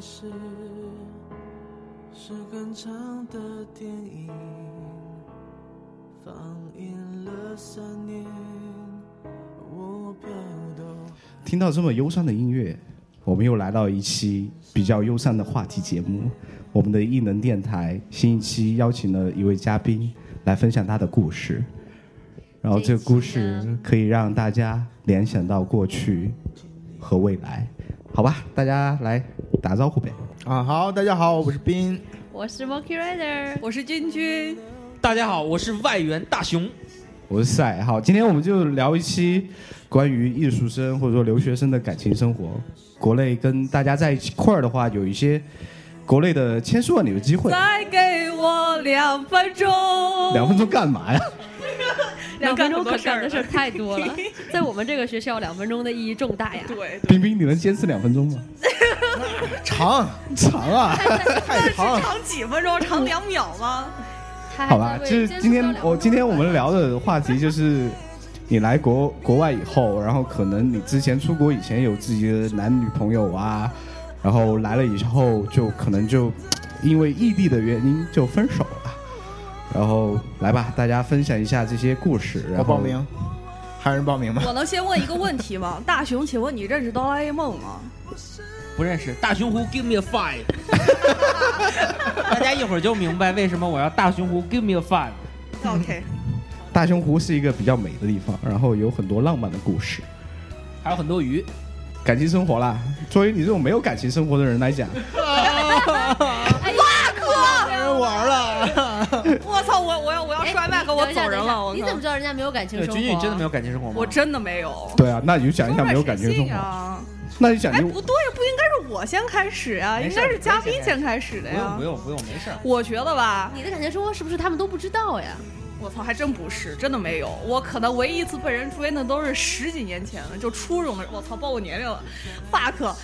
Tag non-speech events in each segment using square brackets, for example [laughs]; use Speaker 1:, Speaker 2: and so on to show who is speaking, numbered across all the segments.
Speaker 1: 始是更长的电影，放映了三年，我票都
Speaker 2: 听到这么忧伤的音乐，我们又来到一期比较忧伤的话题节目。我们的异能电台新一期邀请了一位嘉宾来分享他的故事，然后这个故事可以让大家联想到过去和未来，好吧？大家来打招呼呗。
Speaker 3: 啊，好，大家好，我是斌。
Speaker 4: 我是 Monkey Rider，
Speaker 5: 我是君君，
Speaker 6: 大家好，我是外援大熊。
Speaker 2: 我是赛，好，今天我们就聊一期关于艺术生或者说留学生的感情生活。国内跟大家在一块儿的话，有一些国内的千丝万缕的机会。
Speaker 5: 再给我两分钟，
Speaker 2: 两分钟干 [laughs] 嘛呀？
Speaker 5: 能
Speaker 4: 两
Speaker 5: 干
Speaker 4: 分钟
Speaker 5: 很多
Speaker 4: 可
Speaker 5: 事儿
Speaker 4: 干的事儿太多了， [laughs] 在我们这个学校，两分钟的意义重大呀。
Speaker 5: 对，
Speaker 2: 冰冰，你能坚持两分钟吗？
Speaker 3: 长
Speaker 2: 长啊！
Speaker 3: 太长，
Speaker 5: 长几分钟？长两秒吗？
Speaker 4: 他还
Speaker 2: 好吧，
Speaker 4: 在为
Speaker 2: 就是
Speaker 4: 坚持
Speaker 2: 今天
Speaker 4: 到两分
Speaker 2: 我
Speaker 4: 钟
Speaker 2: 今天
Speaker 4: 吧
Speaker 2: 我们聊的话题就是，你来国国外以后，然后可能你之前出国以前有自己的男女朋友啊，然后来了以后就可能就因为异地的原因就分手了，然后来吧，大家分享一下这些故事。然
Speaker 3: 我
Speaker 2: 后
Speaker 3: 报名，还有人报名吗？
Speaker 5: [laughs] 我能先问一个问题 [laughs] 吗？大雄，请问你认识哆啦 A 梦吗？
Speaker 6: 不认识大熊湖，Give me a five。大家一会儿就明白为什么我要大熊湖，Give me a five。
Speaker 5: OK，
Speaker 2: 大熊湖是一个比较美的地方，然后有很多浪漫的故事。
Speaker 6: 还有很多鱼，
Speaker 2: 感情生活啦，作为你这种没有感情生活的人来讲，
Speaker 5: 哎
Speaker 6: 没人玩了。
Speaker 5: 我操，我我要我要
Speaker 4: 哎
Speaker 5: 摔麦克，
Speaker 4: 你
Speaker 5: 我
Speaker 4: 等一下
Speaker 5: 走人
Speaker 4: 等一下
Speaker 5: 了，我
Speaker 4: 哎你
Speaker 5: 靠
Speaker 4: 怎么知道人家没有感情
Speaker 6: 对，
Speaker 4: 生活、啊？
Speaker 6: 君君，你真的没有感情生活吗？
Speaker 5: 我真的没有。
Speaker 2: 对啊，那你就讲一下没有感情生
Speaker 5: 说
Speaker 2: 活，
Speaker 5: 话啊！
Speaker 2: 那你讲
Speaker 5: 哎，
Speaker 2: 就
Speaker 5: 不对，不应该是我先开始呀，
Speaker 6: 没
Speaker 5: 应
Speaker 6: 事
Speaker 5: 该是嘉宾先开始的
Speaker 6: 不用
Speaker 5: 呀
Speaker 6: 不。用不用，没事儿。
Speaker 5: 我觉得吧，
Speaker 4: 你的感情生活是不是他们都不知道
Speaker 5: [laughs]
Speaker 4: 呀？
Speaker 5: 我操，还真不是，真的没有。我可能唯一一次被人追，那都是十几年前了，就初中的时候。我操，暴露年龄了，fuck。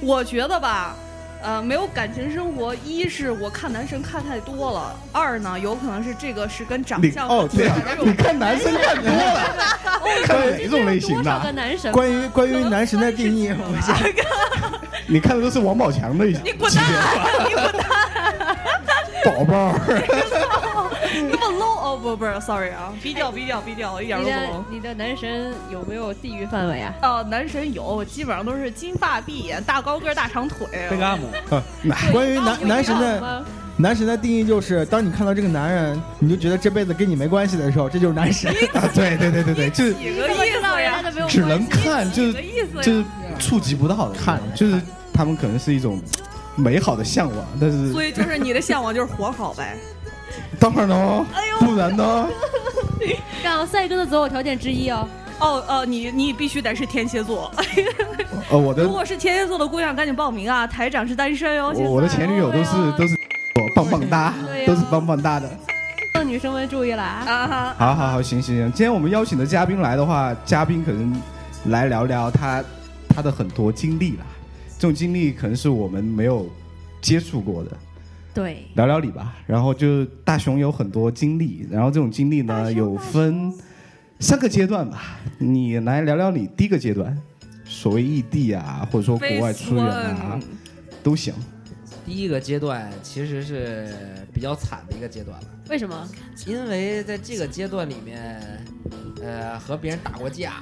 Speaker 5: 我觉得吧，呃，没有感情生活，一是我看男神看太多了，二呢，有可能是这个是跟长
Speaker 2: 你
Speaker 5: 相
Speaker 3: 哦对
Speaker 5: 有
Speaker 3: 啊
Speaker 5: 关
Speaker 2: 你看男生
Speaker 5: 哎
Speaker 2: 看多了，
Speaker 5: 哦
Speaker 2: 看哪种类型
Speaker 4: 多少个
Speaker 2: 的？
Speaker 4: 哦男神？
Speaker 3: 关于关于男神的定
Speaker 5: 哎
Speaker 3: 义，我先
Speaker 2: 你看的都是王宝强的级
Speaker 5: 你
Speaker 2: 别
Speaker 5: 滚蛋！
Speaker 2: 吧？宝宝儿， [laughs]
Speaker 5: 那么 low 哦，不不是，sorry 啊，低调低调低调，一点都
Speaker 4: 你
Speaker 5: 不
Speaker 4: 的
Speaker 5: low。
Speaker 4: 你的男神有没有地域范围啊？
Speaker 5: 呃，男神有，基本上都是金发碧眼、大高个儿、大长腿。
Speaker 6: 贝克汉姆，
Speaker 5: 哎
Speaker 3: 关于男男神
Speaker 4: 有
Speaker 3: 的
Speaker 4: 吗
Speaker 3: 男神的定义就是，当你看到这个男人，你就觉得这辈子跟你没关系的时候，这就是男神。
Speaker 2: [laughs] 啊对对对对对，就是
Speaker 5: 几
Speaker 4: 你
Speaker 5: 个
Speaker 4: 怎么
Speaker 5: 意
Speaker 4: 知道
Speaker 5: 思啊
Speaker 4: 人家
Speaker 5: 呀？
Speaker 4: 的没有
Speaker 2: 只
Speaker 4: 关
Speaker 2: 能
Speaker 4: 系
Speaker 2: 看，就
Speaker 5: 几
Speaker 2: 是
Speaker 5: 个意思呀？
Speaker 2: 就是触及不到的，
Speaker 3: 看
Speaker 2: 就是他们可能是一种美好的向往，但是
Speaker 5: 所以就是你的向往就是活好呗。
Speaker 2: 当然喽，
Speaker 5: 哎
Speaker 2: 不然
Speaker 5: [laughs]
Speaker 2: 呢？
Speaker 4: 干好赛哥的择偶条件之一哦。
Speaker 5: 哦，呃，你你必须得是天蝎座，
Speaker 2: 呃，我的
Speaker 5: 如果是天蝎座的姑娘，赶紧报名啊！台长是单身哦。现
Speaker 2: 我
Speaker 5: 在
Speaker 2: 我的前女友都是
Speaker 4: 哎呦
Speaker 2: 都是我棒棒哒
Speaker 4: 对，
Speaker 2: [laughs]
Speaker 4: 呀
Speaker 2: 都是棒棒哒的。
Speaker 4: 让女生们注意了啊！
Speaker 5: 啊哈，
Speaker 3: [laughs]
Speaker 2: 好好好，行行行，今天我们邀请的嘉宾来的话，嘉宾可能来聊聊他他的很多经历啦，这种经历可能是我们没有接触过的，
Speaker 4: 对，
Speaker 2: 聊聊你吧。然后就大熊有很多经历，然后这种经历呢有分三个阶段吧，你来聊聊你第一个阶段，所谓异地啊，或者说国外出远啊
Speaker 5: Face，
Speaker 2: 都行。
Speaker 6: 第一个阶段其实是比较惨的一个阶段了，
Speaker 4: 为什么？
Speaker 6: 因为在这个阶段里面，呃，和别人打过架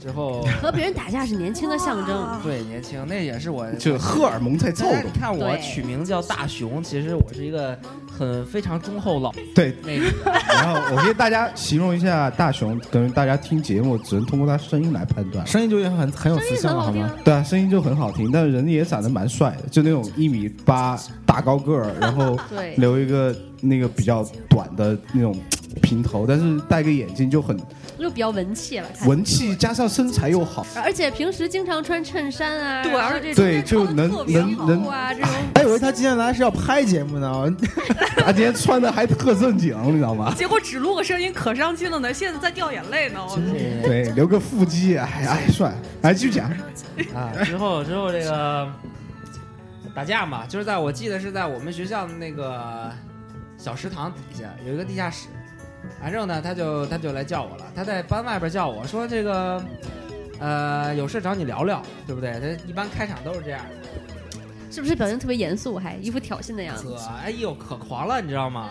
Speaker 6: 之 [laughs] 后，
Speaker 4: 和别人打架是年轻的象
Speaker 5: 啊
Speaker 4: 征。
Speaker 6: 对年轻，那也是我
Speaker 2: 就荷尔蒙在躁
Speaker 6: 大家
Speaker 2: 动
Speaker 6: 你，看我
Speaker 4: 对
Speaker 6: 取名叫大熊，其实我是一个很非常忠厚老
Speaker 2: 对。
Speaker 6: 那个人，
Speaker 2: 然后我给大家形容一下大熊，等于大家听节目只能通过他声音来判断。
Speaker 3: 声音就已经很很有
Speaker 4: 声
Speaker 3: 磁
Speaker 4: 音
Speaker 3: 性
Speaker 4: 很
Speaker 3: 了，
Speaker 4: 好
Speaker 3: 好
Speaker 4: 听
Speaker 3: 吗
Speaker 4: 啊，？
Speaker 2: 对啊，声音就很好听，但是人也长得蛮帅的，就那种一米八大高个儿，然后
Speaker 4: [laughs] 对
Speaker 2: 留一个那个比较短的那种平头，但是戴个眼镜就很
Speaker 4: 又比较文气了，看
Speaker 2: 文气，加上身材又好。
Speaker 4: 而且平时经常穿衬衫啊，
Speaker 5: 对
Speaker 4: 然后
Speaker 5: 而
Speaker 4: 这种
Speaker 2: 对就能
Speaker 4: 特别
Speaker 2: 能
Speaker 4: 好
Speaker 2: 能 [laughs]
Speaker 4: 啊，这种
Speaker 3: 还以为哎他今天来是要拍节目呢，
Speaker 2: 他今天穿的还特正经，你知道吗？
Speaker 5: 结果只录个声音，可伤心了呢，现在在掉眼泪呢。我
Speaker 6: 对
Speaker 2: 对，留个腹肌，哎呀，哎帅，来继续讲。
Speaker 6: 啊，之后之后这个打架嘛，就是在我记得是在我们学校的那个小食堂底下有一个地下室，反正呢他就他就来叫我了，他在班外边叫我说这个呃有事找你聊聊，对不对？他一般开场都是这样的。
Speaker 4: 是不是表情特别严肃，还一副挑衅的样子？
Speaker 7: 可哎呦可狂了，你知道吗？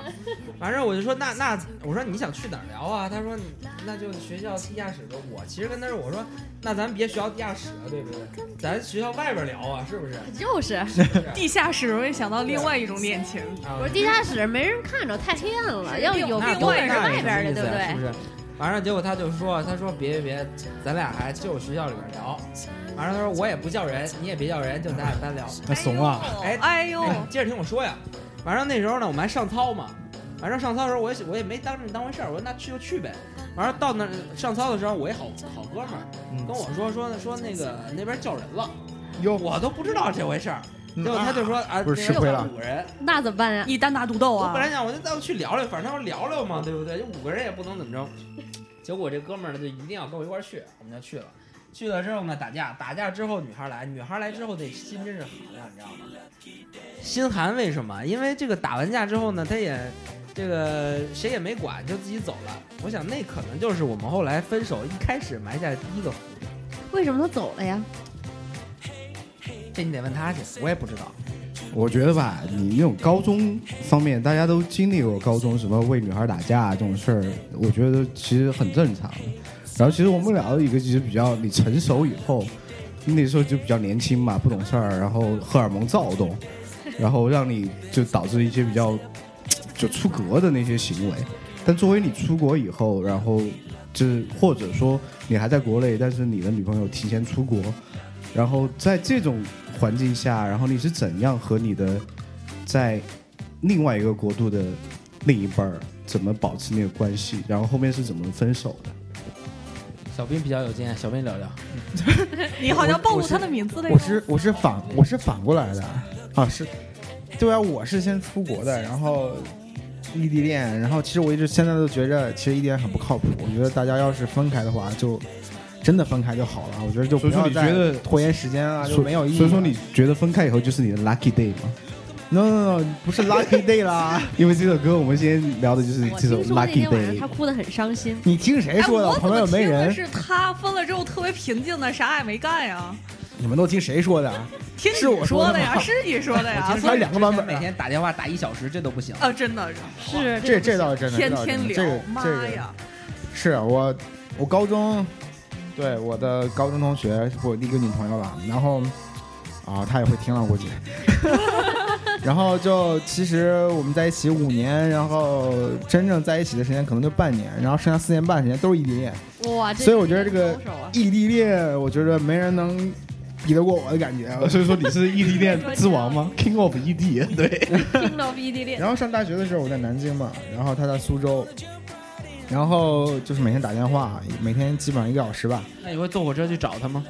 Speaker 7: 完事儿我就说那那我说你想去哪儿聊啊？他说那就学校地下室吧。我其实跟他说我说那咱别学校地下室了，对不对？咱学校外边聊啊，是不是？
Speaker 4: 就是，
Speaker 5: 地下室容易想到另外一种恋情，
Speaker 7: 啊
Speaker 4: 我说地下室没人看着，太黑暗了，
Speaker 5: 是
Speaker 4: 要
Speaker 5: 另
Speaker 4: 有
Speaker 5: 那
Speaker 4: 病
Speaker 5: 多
Speaker 4: 永
Speaker 5: 也
Speaker 4: 远
Speaker 5: 啊
Speaker 4: 是
Speaker 5: 是
Speaker 4: 外边
Speaker 7: 的，
Speaker 4: 的，对不
Speaker 7: 是
Speaker 4: 对？
Speaker 7: 不是？完了，结果他就说：“他说别别别，咱俩还就学校里边聊。”完了，他说我也不叫人，你也别叫人，就咱俩单聊。
Speaker 3: 那怂啊了。
Speaker 5: 哎哎呦，
Speaker 7: 哎， [laughs] 接着听我说呀。完了那时候呢，我们还上操嘛。完了上操的时候，我也我也没当当回事儿，我说那去就去呗。完了到那儿上操的时候，我一好好哥们儿
Speaker 3: 嗯
Speaker 7: 跟我说说说那个那边叫人了，
Speaker 3: 哟，
Speaker 7: 我都不知道这回事儿。
Speaker 2: 哎
Speaker 3: 嗯
Speaker 7: 结果他就说啊，
Speaker 3: 不是
Speaker 7: 那
Speaker 3: 吃亏
Speaker 7: 边
Speaker 3: 了
Speaker 7: 五个人。
Speaker 4: 那怎么办呀？
Speaker 5: 一单打独斗
Speaker 7: 我
Speaker 5: 啊
Speaker 7: 本！来想我就再去聊聊，反正要聊聊嘛，对不对？就五个人也不能怎么着。结果我这哥们儿呢，就一定要跟我一块儿去，我们就去了。去了之后呢，打架，打架之后女孩来，女孩来之后这心真是寒啊，你知道吗？心寒为什么？因为这个打完架之后呢，他也这个谁也没管，就自己走了。我想那可能就是我们后来分手一开始埋下的第一个伏笔，
Speaker 4: 为什么他走了呀？
Speaker 7: 这你得问他去，我也不知道。
Speaker 2: 我觉得吧，你那种高中方面，大家都经历过高中什么为女孩打架啊这种事儿，我觉得其实很正常。然后其实我们聊的一个其实比较，你成熟以后，那时候就比较年轻嘛，不懂事儿，然后荷尔蒙躁动，然后让你就导致一些比较就出格的那些行为。但作为你出国以后，然后就是或者说你还在国内，但是你的女朋友提前出国，然后在这种环境下，然后你是怎样和你的在另外一个国度的另一半儿怎么保持那个关系，然后后面是怎么分手的？
Speaker 7: 小兵比较有经验，小兵聊聊。
Speaker 5: 你好像暴露他的名字了呀
Speaker 3: 我！是我是反我是反过来的啊，是，对啊，我是先出国的，然后异地恋，然后其实我一直现在都觉着，其实异地恋很不靠谱。我觉得大家要是分开的话，就真的分开就好了。我觉得就
Speaker 2: 所
Speaker 3: 不
Speaker 2: 以说
Speaker 3: 要
Speaker 2: 你
Speaker 3: 再
Speaker 2: 觉得
Speaker 3: 拖延时间啊，就
Speaker 2: 所
Speaker 3: 没有意义了。
Speaker 2: 所以说你觉得分开以后就是你的 lucky day 吗？
Speaker 3: no no no 不是
Speaker 2: [laughs]
Speaker 3: lucky day 啦，
Speaker 2: 因为这首歌我们今天聊的就是
Speaker 4: 我
Speaker 2: 这
Speaker 4: 听
Speaker 2: 种
Speaker 4: 说那
Speaker 2: lucky
Speaker 4: 天晚上他
Speaker 2: day。
Speaker 4: 哭得很伤心，
Speaker 3: 你听谁说的？
Speaker 5: 哎、
Speaker 3: 我
Speaker 5: 我
Speaker 3: 旁边又
Speaker 5: 怎么
Speaker 3: 没
Speaker 5: 听的
Speaker 3: 人，
Speaker 5: 是他分了之后特别平静的，啥也没干呀？
Speaker 3: 你们都听谁说的？啊
Speaker 5: 听
Speaker 3: 是我
Speaker 5: 你
Speaker 3: 说的
Speaker 5: 的呀，
Speaker 3: 吗
Speaker 5: 是你说的呀
Speaker 7: 听，
Speaker 3: 还
Speaker 5: 所
Speaker 3: 有
Speaker 5: 以
Speaker 3: 两个版本
Speaker 7: 每天打电话打一小时，这都不行。
Speaker 5: 啊，真的是
Speaker 4: 是
Speaker 3: 这
Speaker 4: 这
Speaker 3: 这
Speaker 4: 个
Speaker 3: 倒是真的，
Speaker 5: 天
Speaker 3: 这倒是
Speaker 5: 天
Speaker 3: 真的
Speaker 5: 聊，
Speaker 3: 这个这
Speaker 5: 妈
Speaker 3: 个
Speaker 5: 呀！
Speaker 3: 是啊我，我高中，对我的高中同学，我一个女朋友吧，然后啊，她也会听了，
Speaker 5: [laughs]
Speaker 3: 估计。然后就其实我们在一起五年，然后真正在一起的时间可能就半年，然后剩下四年半时间都是异地恋。
Speaker 4: 不行哇，这
Speaker 3: 所以我觉得这个
Speaker 4: 高手啊
Speaker 3: 异地恋，我觉得没人能比得过我的感觉。啊
Speaker 2: 所以说你是异地恋之王
Speaker 4: [laughs]
Speaker 2: 吗？King of 异地，对，
Speaker 4: 听到异地恋，
Speaker 3: 然后上大学的时候我在南京嘛，然后他在苏州，然后就是每天打电话，每天基本上一个小时吧。
Speaker 7: 那你会坐火车去找他吗？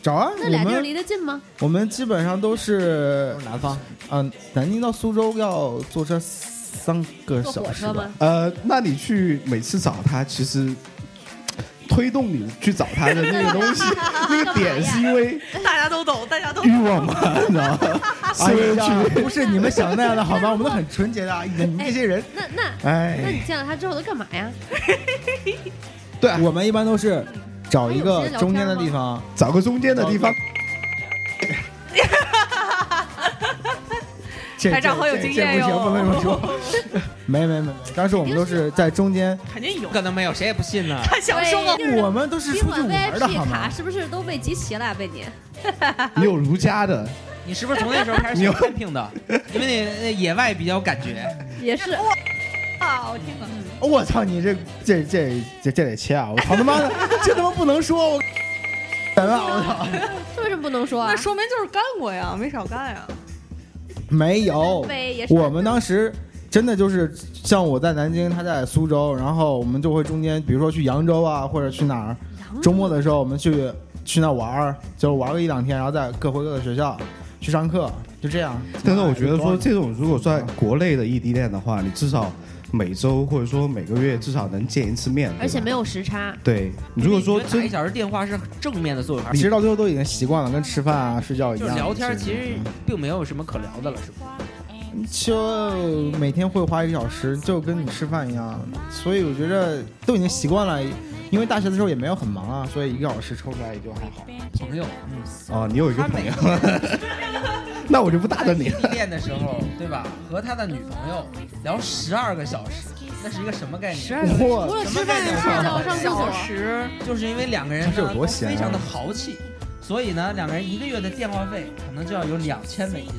Speaker 3: 找啊，
Speaker 4: 那
Speaker 3: 我
Speaker 4: 俩地儿
Speaker 3: 们
Speaker 4: 离得近吗？
Speaker 3: 我们基本上都是
Speaker 7: 都是南方。
Speaker 3: 啊，南京到苏州要坐车三个
Speaker 4: 坐
Speaker 3: 小
Speaker 4: 火
Speaker 3: 时
Speaker 4: 车
Speaker 3: 吧
Speaker 4: 吗？？
Speaker 2: 呃，那你去每次找他，其实推动你去找他的那个东西，那个点是因为
Speaker 5: 大家都懂，大家都
Speaker 2: 欲
Speaker 5: 懂。
Speaker 2: 望嘛，你知道 [laughs] 吗？
Speaker 3: 哎
Speaker 4: 啊
Speaker 2: 所以去
Speaker 3: 呀， [laughs] 不是你们想的那样的好吗？我们
Speaker 4: [laughs]
Speaker 3: 都很纯洁的，啊，你们这些人，
Speaker 4: 那那那
Speaker 3: 哎
Speaker 4: 你，见了他之后都干嘛呀？
Speaker 2: 对啊
Speaker 3: 我们一般都是找一
Speaker 4: 还有
Speaker 3: 个
Speaker 4: 时间聊天吗
Speaker 3: 中间的地方，
Speaker 2: 找个中间的地方。
Speaker 3: 这
Speaker 5: 台长好有经验
Speaker 4: 哦
Speaker 5: 哟
Speaker 3: 这这不行，不能说，
Speaker 4: [laughs]
Speaker 3: 没没没没，当时我们都是在中间，
Speaker 5: 肯定有，
Speaker 7: 可能没有，谁也不信呢。
Speaker 5: 他想
Speaker 4: 对
Speaker 5: 说我
Speaker 4: 就是
Speaker 3: 我们都是
Speaker 4: 宾
Speaker 3: 出去
Speaker 4: 馆
Speaker 3: 玩的
Speaker 4: VIP
Speaker 3: 好
Speaker 4: 卡
Speaker 3: 吗？
Speaker 4: 是不是都被集齐了啊？被你
Speaker 2: 你有儒家的，
Speaker 7: 你是不是从那时候开始
Speaker 2: 你
Speaker 7: 学 camping 的？因为那那野外比较有感觉。
Speaker 4: [laughs] 也是，
Speaker 5: 啊，我天哪！
Speaker 3: 我操，你这这这这这得切啊！我操他妈的，这他妈不能说，我 [laughs] 人了，我操。
Speaker 4: 这为什么不能说啊
Speaker 5: 那？说明就是干过呀，没少干呀。
Speaker 3: 没
Speaker 7: 哦
Speaker 3: 有
Speaker 4: 呗也，是
Speaker 3: 我们当时真的就是像我在南京，他在苏州，然后我们就会中间，比如说去扬州啊，或者去哪儿，
Speaker 7: 嗯
Speaker 3: 周末的时候我们去去那玩儿，就玩个一两天，然后再各回各的学校去上课，就这样。嗯
Speaker 2: 但是我觉得说这种如果在国内的异地恋的话，你至少每周或者说每个月至少能见一次面，
Speaker 4: 而且没
Speaker 2: 有
Speaker 4: 有时差，
Speaker 2: 对。你如果说
Speaker 7: 你觉得打一
Speaker 2: 真
Speaker 7: 小时电话是正面的作用，还
Speaker 3: 其
Speaker 7: 是
Speaker 3: 实到最后都已经习惯了，跟吃饭啊、睡觉一
Speaker 7: 就
Speaker 3: 样。
Speaker 7: 是聊天，其实并没有什么可聊的了，是吧？
Speaker 3: 就每天会花一个小时，就跟你吃饭一样，所以我觉得都已经习惯了。因为大学的时候也没有很忙啊，所以一个小时抽出来也就还好。
Speaker 7: 朋友，嗯，
Speaker 2: 哦，你有一个
Speaker 7: 他
Speaker 2: 朋
Speaker 7: 每
Speaker 2: 友， [laughs] 那我就不搭
Speaker 7: 在
Speaker 2: 着
Speaker 7: 异
Speaker 2: 你了。
Speaker 7: 地恋的时候，对吧？和他的女朋友聊十二个小时，那是一个什么概念？
Speaker 4: 十二
Speaker 2: 哇
Speaker 4: 除，了吃
Speaker 7: 什么
Speaker 4: 饭、
Speaker 7: 概
Speaker 4: 睡
Speaker 7: 念
Speaker 4: 觉、上厕所
Speaker 5: 小，时
Speaker 7: 就是因为两个人呢
Speaker 3: 他是有多闲啊
Speaker 7: 都非常的豪气，所以呢，两个人一个月的电话费可能就要有两千美金。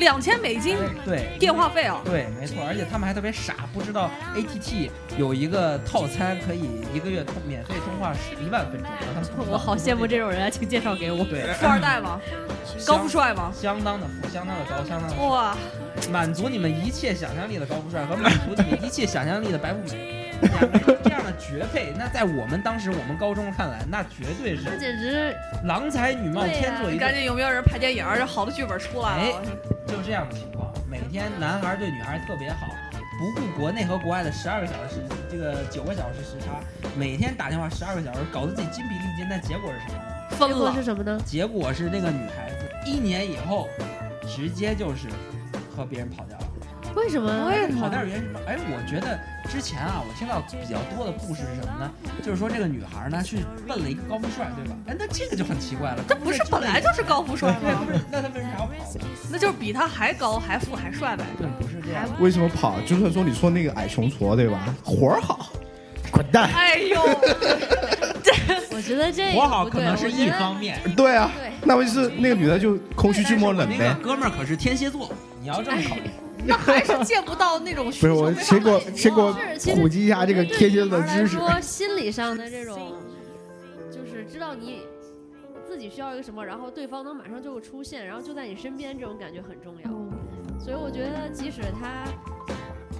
Speaker 5: 两千美金
Speaker 7: 对
Speaker 5: 电话费啊，
Speaker 7: 对，没错，而且他们还特别傻，不知道 ATT 有一个套餐可以一个月通免费通话一万分钟，然
Speaker 4: [laughs]
Speaker 7: 后他们不知道
Speaker 4: 我好羡慕这种人啊，请介绍给我。
Speaker 7: 对
Speaker 5: 富二代吗？高富帅吗？
Speaker 7: 相当的富，相当的高，相当的富
Speaker 5: 哇，
Speaker 7: 满足你们一切想象力的高富帅和满足你们一切想象力的白富美，两个人这样的绝配，那在我们当时我们高中看来，那绝对
Speaker 4: 那
Speaker 7: 是
Speaker 4: 简直
Speaker 7: 郎才女貌，
Speaker 4: 对呀
Speaker 7: 天作一
Speaker 5: 赶
Speaker 7: 对，
Speaker 5: 紧有没有人拍电影儿？这好的剧本出来了，
Speaker 7: 就这样的情况。每天男孩对女孩特别好，不顾国内和国外的十二个小时时这个九个小时时差，每天打电话十二个小时，搞得自己筋疲力尽。但结果是什么？
Speaker 5: 分
Speaker 4: 结果
Speaker 5: 了
Speaker 4: 是。什么呢？
Speaker 7: 结果是那个女孩子一年以后，直接就是和别人跑掉了。
Speaker 4: 为什么？
Speaker 7: 跑调原因是什么？哎，我觉得之前啊，我听到比较多的故事是什么呢？就是说这个女孩呢去问了一个高富帅，对吧？哎，那这个就很奇怪了，
Speaker 5: 这不是本来就是高富帅
Speaker 7: 对，
Speaker 5: 吗
Speaker 7: 不？是？那他为啥要跑？
Speaker 5: 那就是比他还高、还富、还帅呗。
Speaker 7: 对，不是这样。
Speaker 2: 为什么跑？就算说你说那个矮穷矬，对吧？活儿好，
Speaker 3: 滚蛋！
Speaker 5: 哎呦， [laughs]
Speaker 4: 我觉得这
Speaker 7: 活好
Speaker 4: 不
Speaker 7: 可
Speaker 4: 对
Speaker 7: 能是
Speaker 4: 我觉得
Speaker 7: 一方面，
Speaker 2: 对啊，
Speaker 4: 对，
Speaker 2: 那不是那个女的就空虚寂寞冷
Speaker 7: 那
Speaker 4: 啊
Speaker 2: 呗
Speaker 7: 个？哥们儿可是天蝎座，你要这么考虑，
Speaker 5: 那还是见不到那种
Speaker 3: 不
Speaker 5: 需
Speaker 3: 是
Speaker 5: 求
Speaker 3: 我，
Speaker 5: 没
Speaker 3: 谁给
Speaker 5: 法
Speaker 3: 我
Speaker 5: 满足
Speaker 3: 谁给我
Speaker 4: 是其实
Speaker 3: 普及一下这个贴心的知识
Speaker 4: 对女？孩来说，心理上的这种，就是知道你自己需要一个什么，然后对方能马上就出现，然后就在你身边，这种感觉很重要。所以我觉得，即使他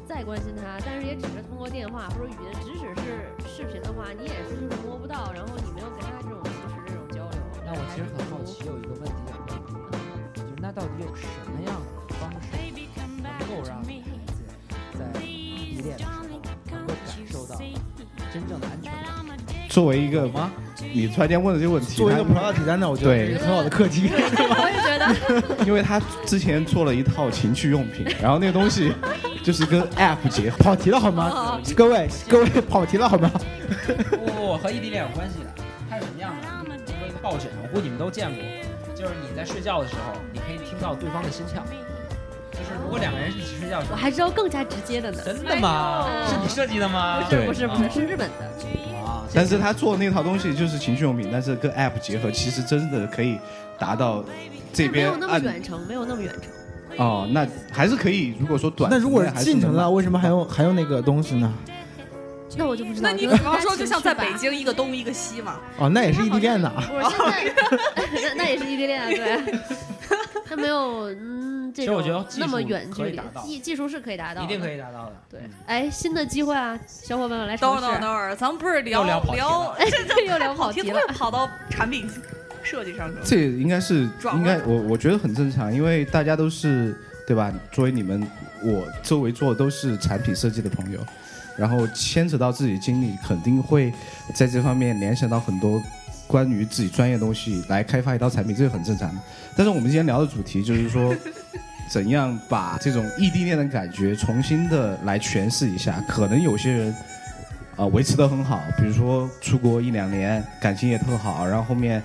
Speaker 4: 再关心他，但是也只是通过电话或者语音，即使是视频的话，你也是就是摸不到，然后你没有跟他这种就是这种交流。
Speaker 7: 那我其实很好奇，有一个问题想问你，啊就是那到底有什么样的方式能够让女孩子在异地恋的时候能够感受到真正的安全感？
Speaker 2: 作为一个
Speaker 7: 有吗？
Speaker 2: 你突然间问的这个问题，
Speaker 3: 作为一个
Speaker 2: 她
Speaker 3: 朋友体单呢，我觉得
Speaker 2: 对
Speaker 3: 这是一个很好的课
Speaker 7: [laughs]
Speaker 3: 题。
Speaker 4: 我也觉得，
Speaker 2: [laughs] 因为他之前做了一套情趣用品，然后那个东西 [laughs] 就是跟 App 结合。
Speaker 3: 跑题了好
Speaker 4: 哦
Speaker 3: 吗？各位各位跑题
Speaker 4: [laughs]
Speaker 3: 了好吗？
Speaker 7: 不不不，和异地恋有关系的。它是什么样的？比如说一个抱枕，我估计你们都见过，就是你在睡觉的时候，你可以听到对方的心跳。就是如果两个人一起睡觉的时
Speaker 4: 我
Speaker 7: 候，
Speaker 4: 还知道更加直接的呢。
Speaker 7: 真的吗？
Speaker 4: 哎呦
Speaker 7: 是你设计的吗？
Speaker 2: 对
Speaker 4: [laughs] 不是不是，是日本的，
Speaker 7: 啊，
Speaker 2: 但是他做那套东西就是情趣用品，但是跟 App 结合，其实真的可以达到这
Speaker 4: 没
Speaker 2: 边
Speaker 4: 有那么
Speaker 2: 按
Speaker 4: 远程，没有那么远程。
Speaker 2: 哦，那还是可以。如果说短，
Speaker 3: 那如果是
Speaker 2: 还是
Speaker 3: 进城
Speaker 2: 能
Speaker 3: 了，为什么还用还用那个东西呢？
Speaker 4: 那我就不知道。
Speaker 5: 那你
Speaker 4: 可
Speaker 5: 比
Speaker 4: 能
Speaker 5: 方说，
Speaker 4: 是
Speaker 5: 就像在
Speaker 4: 吧
Speaker 5: 北京一个东一个西嘛，
Speaker 3: 哦，那也是异地恋呐。
Speaker 4: 不是现在，那那也是异地恋啊，对。他没有嗯，这
Speaker 7: 其实我
Speaker 4: 种
Speaker 7: 觉得技术
Speaker 4: 那么远距
Speaker 7: 可以
Speaker 4: 离
Speaker 7: 达到，
Speaker 4: 技技术是可以达到，
Speaker 7: 一定可
Speaker 4: 以。
Speaker 7: 以达到的。
Speaker 4: 对，哎，新的机会啊，小伙伴们来
Speaker 5: 等
Speaker 4: 尝
Speaker 5: 会
Speaker 4: 试
Speaker 5: 儿等会。儿等会儿，咱们不是
Speaker 7: 又聊
Speaker 5: 聊
Speaker 7: 跑题了
Speaker 4: 哎，这 [laughs] 又聊跑
Speaker 5: 跑题
Speaker 4: 题
Speaker 5: 突
Speaker 4: 了
Speaker 5: 然。跑到产品设计上去了。
Speaker 2: 这应该是
Speaker 5: 转弯
Speaker 2: 应该我我觉得很正常，因为大家都是对吧？作为你们我周围做的都是产品设计的朋友，然后牵扯到自己经历，肯定会在这方面联想到很多关于自己专业的东西来开发一道产品，这是很正常的。但是我们今天聊的主题就是说。 [laughs] 怎样把这种异地恋的感觉重新的来诠释一下？可能有些人，啊、维持的很好，比如说出国一两年，感情也特好，然后后面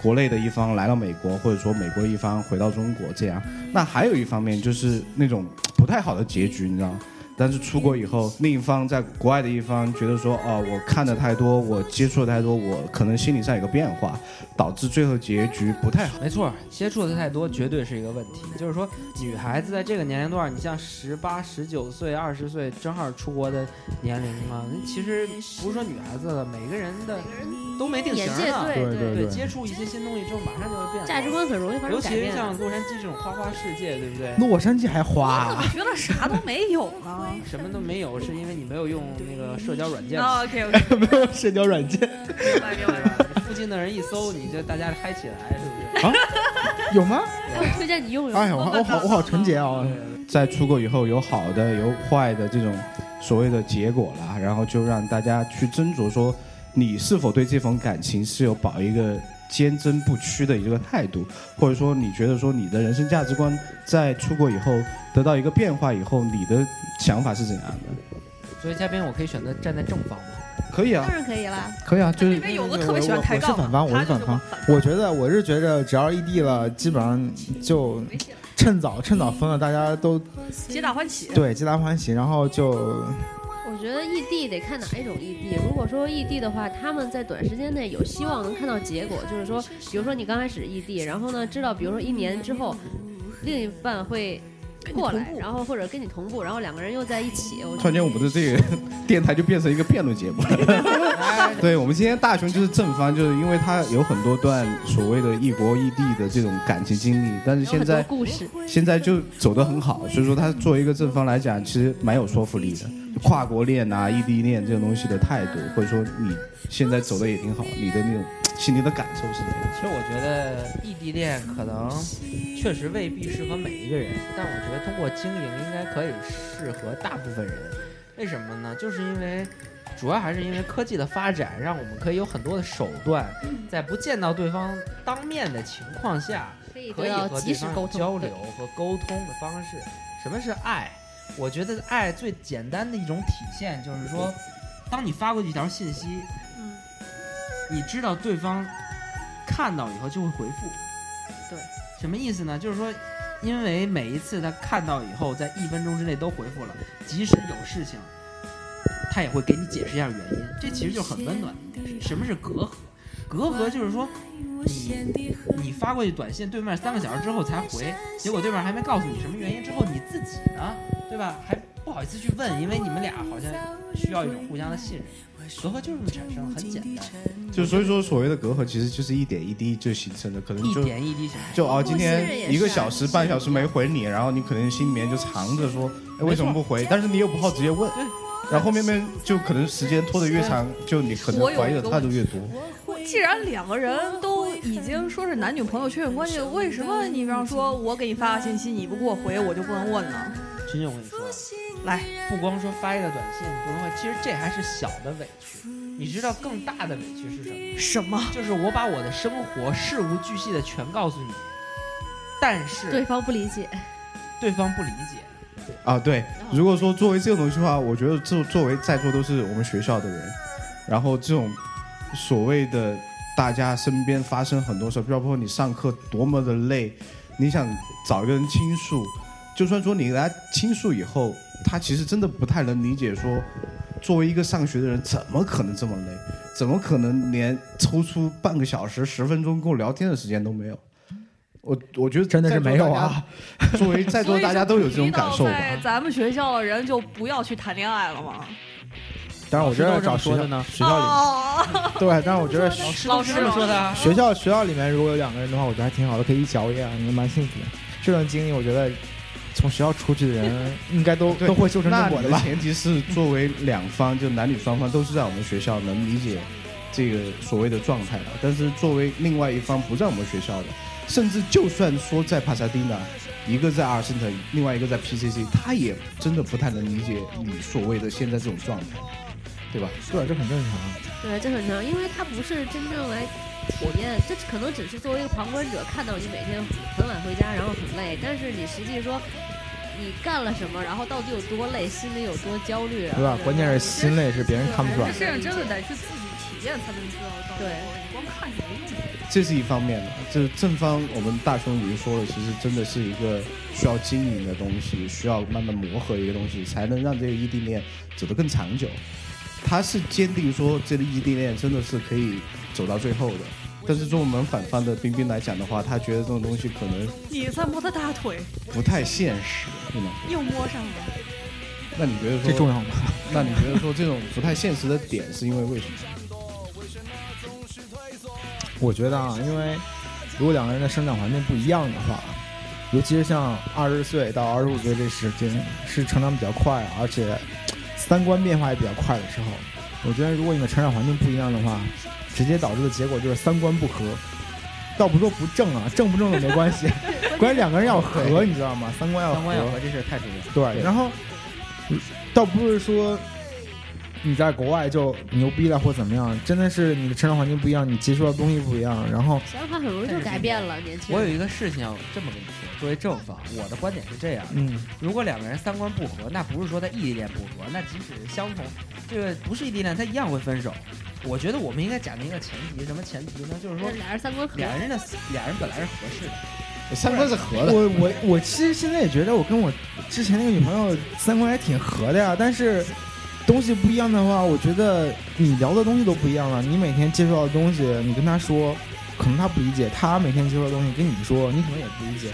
Speaker 2: 国内的一方来到美国，或者说美国一方回到中国这样。那还有一方面就是那种不太好的结局，你知道吗？但是出国以后，另一方在国外的一方觉得说，哦，我看的太多，我接触的太多，我可能心理上有个变化，导致最后结局不太好。
Speaker 7: 没错，接触的太多绝对是一个问题。就是说，女孩子在这个年龄段，你像十八、十九岁、二十岁，正好出国的年龄嘛，其实不是说女孩子了，每个人的都没 [laughs] 定型
Speaker 4: 眼界
Speaker 7: 呢。
Speaker 3: 对对
Speaker 4: 对，
Speaker 7: 对，接触一些新东西之后，马上就会变化。
Speaker 4: 价值观很容易发
Speaker 7: 尤
Speaker 4: 生改
Speaker 7: 其是
Speaker 4: 变的。
Speaker 7: 像洛杉矶这种花花世界，对不对？
Speaker 3: 洛杉矶还
Speaker 5: 我
Speaker 3: 花
Speaker 7: [laughs]
Speaker 3: 啊
Speaker 5: 怎么？觉得啥都没有 [laughs] 呢
Speaker 7: 什么都没有，是因为你没有用那个社交软件。
Speaker 5: ？OK OK，
Speaker 3: 没有社交软件
Speaker 5: 啊明白明白
Speaker 7: 对。
Speaker 1: 啊
Speaker 7: 吧？你附近的人一搜，你就大家嗨起来，是
Speaker 3: 有吗？
Speaker 4: 哎，我推荐你用
Speaker 3: 哎
Speaker 4: 用。
Speaker 3: 呀，我我好我好纯洁
Speaker 7: 不
Speaker 3: 啊！
Speaker 7: 是？
Speaker 2: 在出国以后有好的有坏的这种所谓的结果啦，然后就让大家去斟酌说，你是否对这份感情是有保一个坚贞不屈的一个态度，或者说你觉得说你的人生价值观在出国以后得到一个变化以后，你的想法是怎样的？
Speaker 7: 作为嘉宾，我可以选择站在正方吗？
Speaker 2: 可以啊
Speaker 4: [laughs]
Speaker 5: 当，然可以啦。
Speaker 2: 可以啊，就
Speaker 5: 这
Speaker 2: 是
Speaker 5: 边有
Speaker 3: 我
Speaker 5: 个特别喜欢抬
Speaker 3: 我
Speaker 5: 杠
Speaker 3: 是
Speaker 5: 的，
Speaker 3: 反方，我
Speaker 5: 他
Speaker 3: 是
Speaker 5: 就
Speaker 3: 反方
Speaker 5: 我。
Speaker 3: 我觉得，我是觉着，只要异地了，基本上就
Speaker 5: 没戏了
Speaker 3: 趁早趁早分了，大家都
Speaker 5: 皆大欢喜。
Speaker 3: 对皆大欢喜，然后就
Speaker 4: 我觉得异地得看哪一种异地。如果说异地的话，他们在短时间内有希望能看到结果，就是说，比如说你刚开始异地，然后呢，知道比如说一年之后，另一半会过来，然后或者跟你同步，然后两个人又在一起。我
Speaker 2: 突然间我们的这个电台就变成一个辩论节目了。
Speaker 7: 哎
Speaker 2: 对，我们今天大雄就是正方，就是因为他有很多段所谓的异国异地的这种感情经历，但是
Speaker 4: 有
Speaker 2: 现
Speaker 4: 很多
Speaker 2: 在
Speaker 4: 故事，
Speaker 2: 现在就走得很好，所以说他作为一个正方来讲，其实蛮有说服力的。跨国恋啊、异地恋这种东西的态度，或者说你现在走的也挺好，你的那种心里的感受是怎样？
Speaker 7: 其实我觉得异地恋可能确实未必适合每一个人，但我觉得通过经营应该可以适合大部分人。为什么呢？就是因为主要还是因为科技的发展，让我们可以有很多的手段，在不见到对方当面的情况下，
Speaker 4: 可以
Speaker 7: 可
Speaker 4: 得
Speaker 7: 以
Speaker 4: 到
Speaker 7: 和
Speaker 4: 及
Speaker 7: 对
Speaker 4: 时
Speaker 7: 方
Speaker 4: 沟
Speaker 7: 有
Speaker 4: 通
Speaker 7: 交
Speaker 4: 对
Speaker 7: 流和沟通的方式。什么是爱？我觉得爱最简单的一种体现就是说，当你发过去一条信息，
Speaker 4: 嗯，
Speaker 7: 你知道对方看到以后就会回复。
Speaker 4: 对，
Speaker 7: 什么意思呢？就是说，因为每一次他看到以后，在一分钟之内都回复了，即使有事情，他也会给你解释一下原因。这其实就很温暖。什么是隔阂？隔阂就是说，你你发过去短信，对面三个小时之后才回，结果对面还没告诉你什么原因，之后你自己呢，对吧？还不好意思去问，因为你们俩好像需要一种互相的信任。隔阂就是这么产生的，很简单，
Speaker 2: 就所以说所谓的隔阂，其实就是一点一滴就形成的，可能
Speaker 7: 一
Speaker 2: 就
Speaker 7: 点一滴形成。
Speaker 2: 就哦，今
Speaker 4: 不信任也
Speaker 2: 天
Speaker 4: 是
Speaker 2: 一个小时、半小时没回你，然后你可能心里面就藏着说，哎，为什么不回？但是你又不好直接问
Speaker 7: 对，
Speaker 2: 然后后面面就可能时间拖得越长，就你可能怀疑的态度越多。
Speaker 5: 既然两个人都已经说是男女朋友确认关系，为什么你比方说我给你发个信息，你不给我回，我就不能问呢？
Speaker 7: 群勇，我跟你说，
Speaker 5: 来，
Speaker 7: 不光说发一个短信不能回，其实这还是小的委屈。你知道更大的委屈是什么？
Speaker 5: 什么？
Speaker 7: 就是我把我的生活事无巨细的全告诉你，但
Speaker 4: 对
Speaker 7: 是
Speaker 4: 方不理解，
Speaker 7: 对方不理解。
Speaker 2: 啊，对，如果说作为这种东西的话，我觉得作作为在座都是我们学校的人，然后这种所谓的大家身边发生很多事，包括你上课多么的累，你想找一个人倾诉，就算说你给他倾诉以后，他其实真的不太能理解说。作为一个上学的人，怎么可能这么累？怎么可能连抽出半个小时、十分钟跟我聊天的时间都没有？我我觉得
Speaker 3: 真的是没有啊。
Speaker 2: 作为在座大家都有这种感受吧？
Speaker 5: 在咱们学校的人就不要去谈恋爱了吗？
Speaker 3: 当然，我觉
Speaker 7: 老
Speaker 3: 得
Speaker 7: 师都
Speaker 3: 找
Speaker 7: 这
Speaker 3: 学
Speaker 7: 么说
Speaker 3: 校
Speaker 7: 的呢
Speaker 3: 学校里
Speaker 5: 哦，
Speaker 3: 对，但是我觉得
Speaker 7: 老师
Speaker 5: 老
Speaker 7: 都
Speaker 5: 师
Speaker 7: 是这么说的啊。
Speaker 3: 学校学校里面如果有两个人的话，我觉得还挺好的，可以一起熬夜，啊，你们蛮幸福的。这段经历，我觉得从学校出去的人应该都
Speaker 2: 对
Speaker 3: 都会修成
Speaker 2: 那
Speaker 3: 正
Speaker 2: 你
Speaker 3: 果的
Speaker 2: 的
Speaker 3: 吧？
Speaker 2: 前提是作为两方，就男女双方都是在我们学校能理解这个所谓的状态的，但是作为另外一方不在我们学校的，甚至就算说在帕萨蒂娜，一个在阿尔森特，另外一个在 PCC，他也真的不太能理解你所谓的现在这种状态，对吧？
Speaker 3: 对，这很正常。啊
Speaker 4: 对，这很常，因为他不是真正来体验，这可能只是作为一个旁观者看到你每天很晚回家，然后很累，但是你实际说你干了什么，然后到底有多累，心里有多焦虑，啊
Speaker 3: 对吧关键是心累是别人看不出来
Speaker 5: 这
Speaker 3: 的
Speaker 5: 事情真的得是自己体验才能知道到底。
Speaker 4: 对，
Speaker 5: 你光看也没用。
Speaker 2: 这是一方面的，这正方我们大雄已经说了，其实真的是一个需要经营的东西，需要慢慢磨合的一个东西，才能让这个异地恋走得更长久。他是坚定说这个异地恋真的是可以走到最后的，但是从我们反方的冰冰来讲的话，他觉得这种东西可能
Speaker 5: 你在摸他大腿，
Speaker 2: 不太现实，对吗？
Speaker 5: 又摸上了。
Speaker 2: 那你觉得
Speaker 3: 这
Speaker 2: 说，
Speaker 3: 重要吗？
Speaker 2: 那你觉得说这种不太现实的点是因为为什么？
Speaker 3: 我觉得啊，因为如果两个人的生长环境不一样的话，尤其是像二十岁到二十五岁这时间是成长比较快，啊而且三观变化也比较快的时候，我觉得如果你的成长环境不一样的话，直接导致的结果就是三观不合。倒不是说不正啊，正不正的没关系， [laughs] 关键两个人要合，
Speaker 2: 对
Speaker 3: 你知道吗？
Speaker 7: [laughs]
Speaker 3: 三观要
Speaker 7: 三观要合这事儿太重要了。
Speaker 3: 对，然后嗯倒不是说你在国外就牛逼了或怎么样，真的是你的成长环境不一样，你接触到东西不一样，然后
Speaker 4: 想法很容易就改变了，年轻
Speaker 7: 我有
Speaker 4: 人。
Speaker 7: 一个事情要这么跟你说，作为正方，我的观点是这样：
Speaker 3: 嗯，
Speaker 7: 如果两个人三观不合，那不是说他异地恋不合，那即使相同，这个不是异地恋，他一样会分手。我觉得我们应该讲明一个前提，什么前提呢？就是说
Speaker 4: 这俩人三观合，
Speaker 7: 俩人的俩人本来是合适的，
Speaker 8: 三观是合的。
Speaker 3: 我我我其实现在也觉得我跟我之前那个女朋友三观还挺合的呀，但是东西不一样的话，我觉得你聊的东西都不一样了，你每天接触到的东西，你跟她说，可能她不理解，她每天接触到的东西跟你说，你可能也不理解。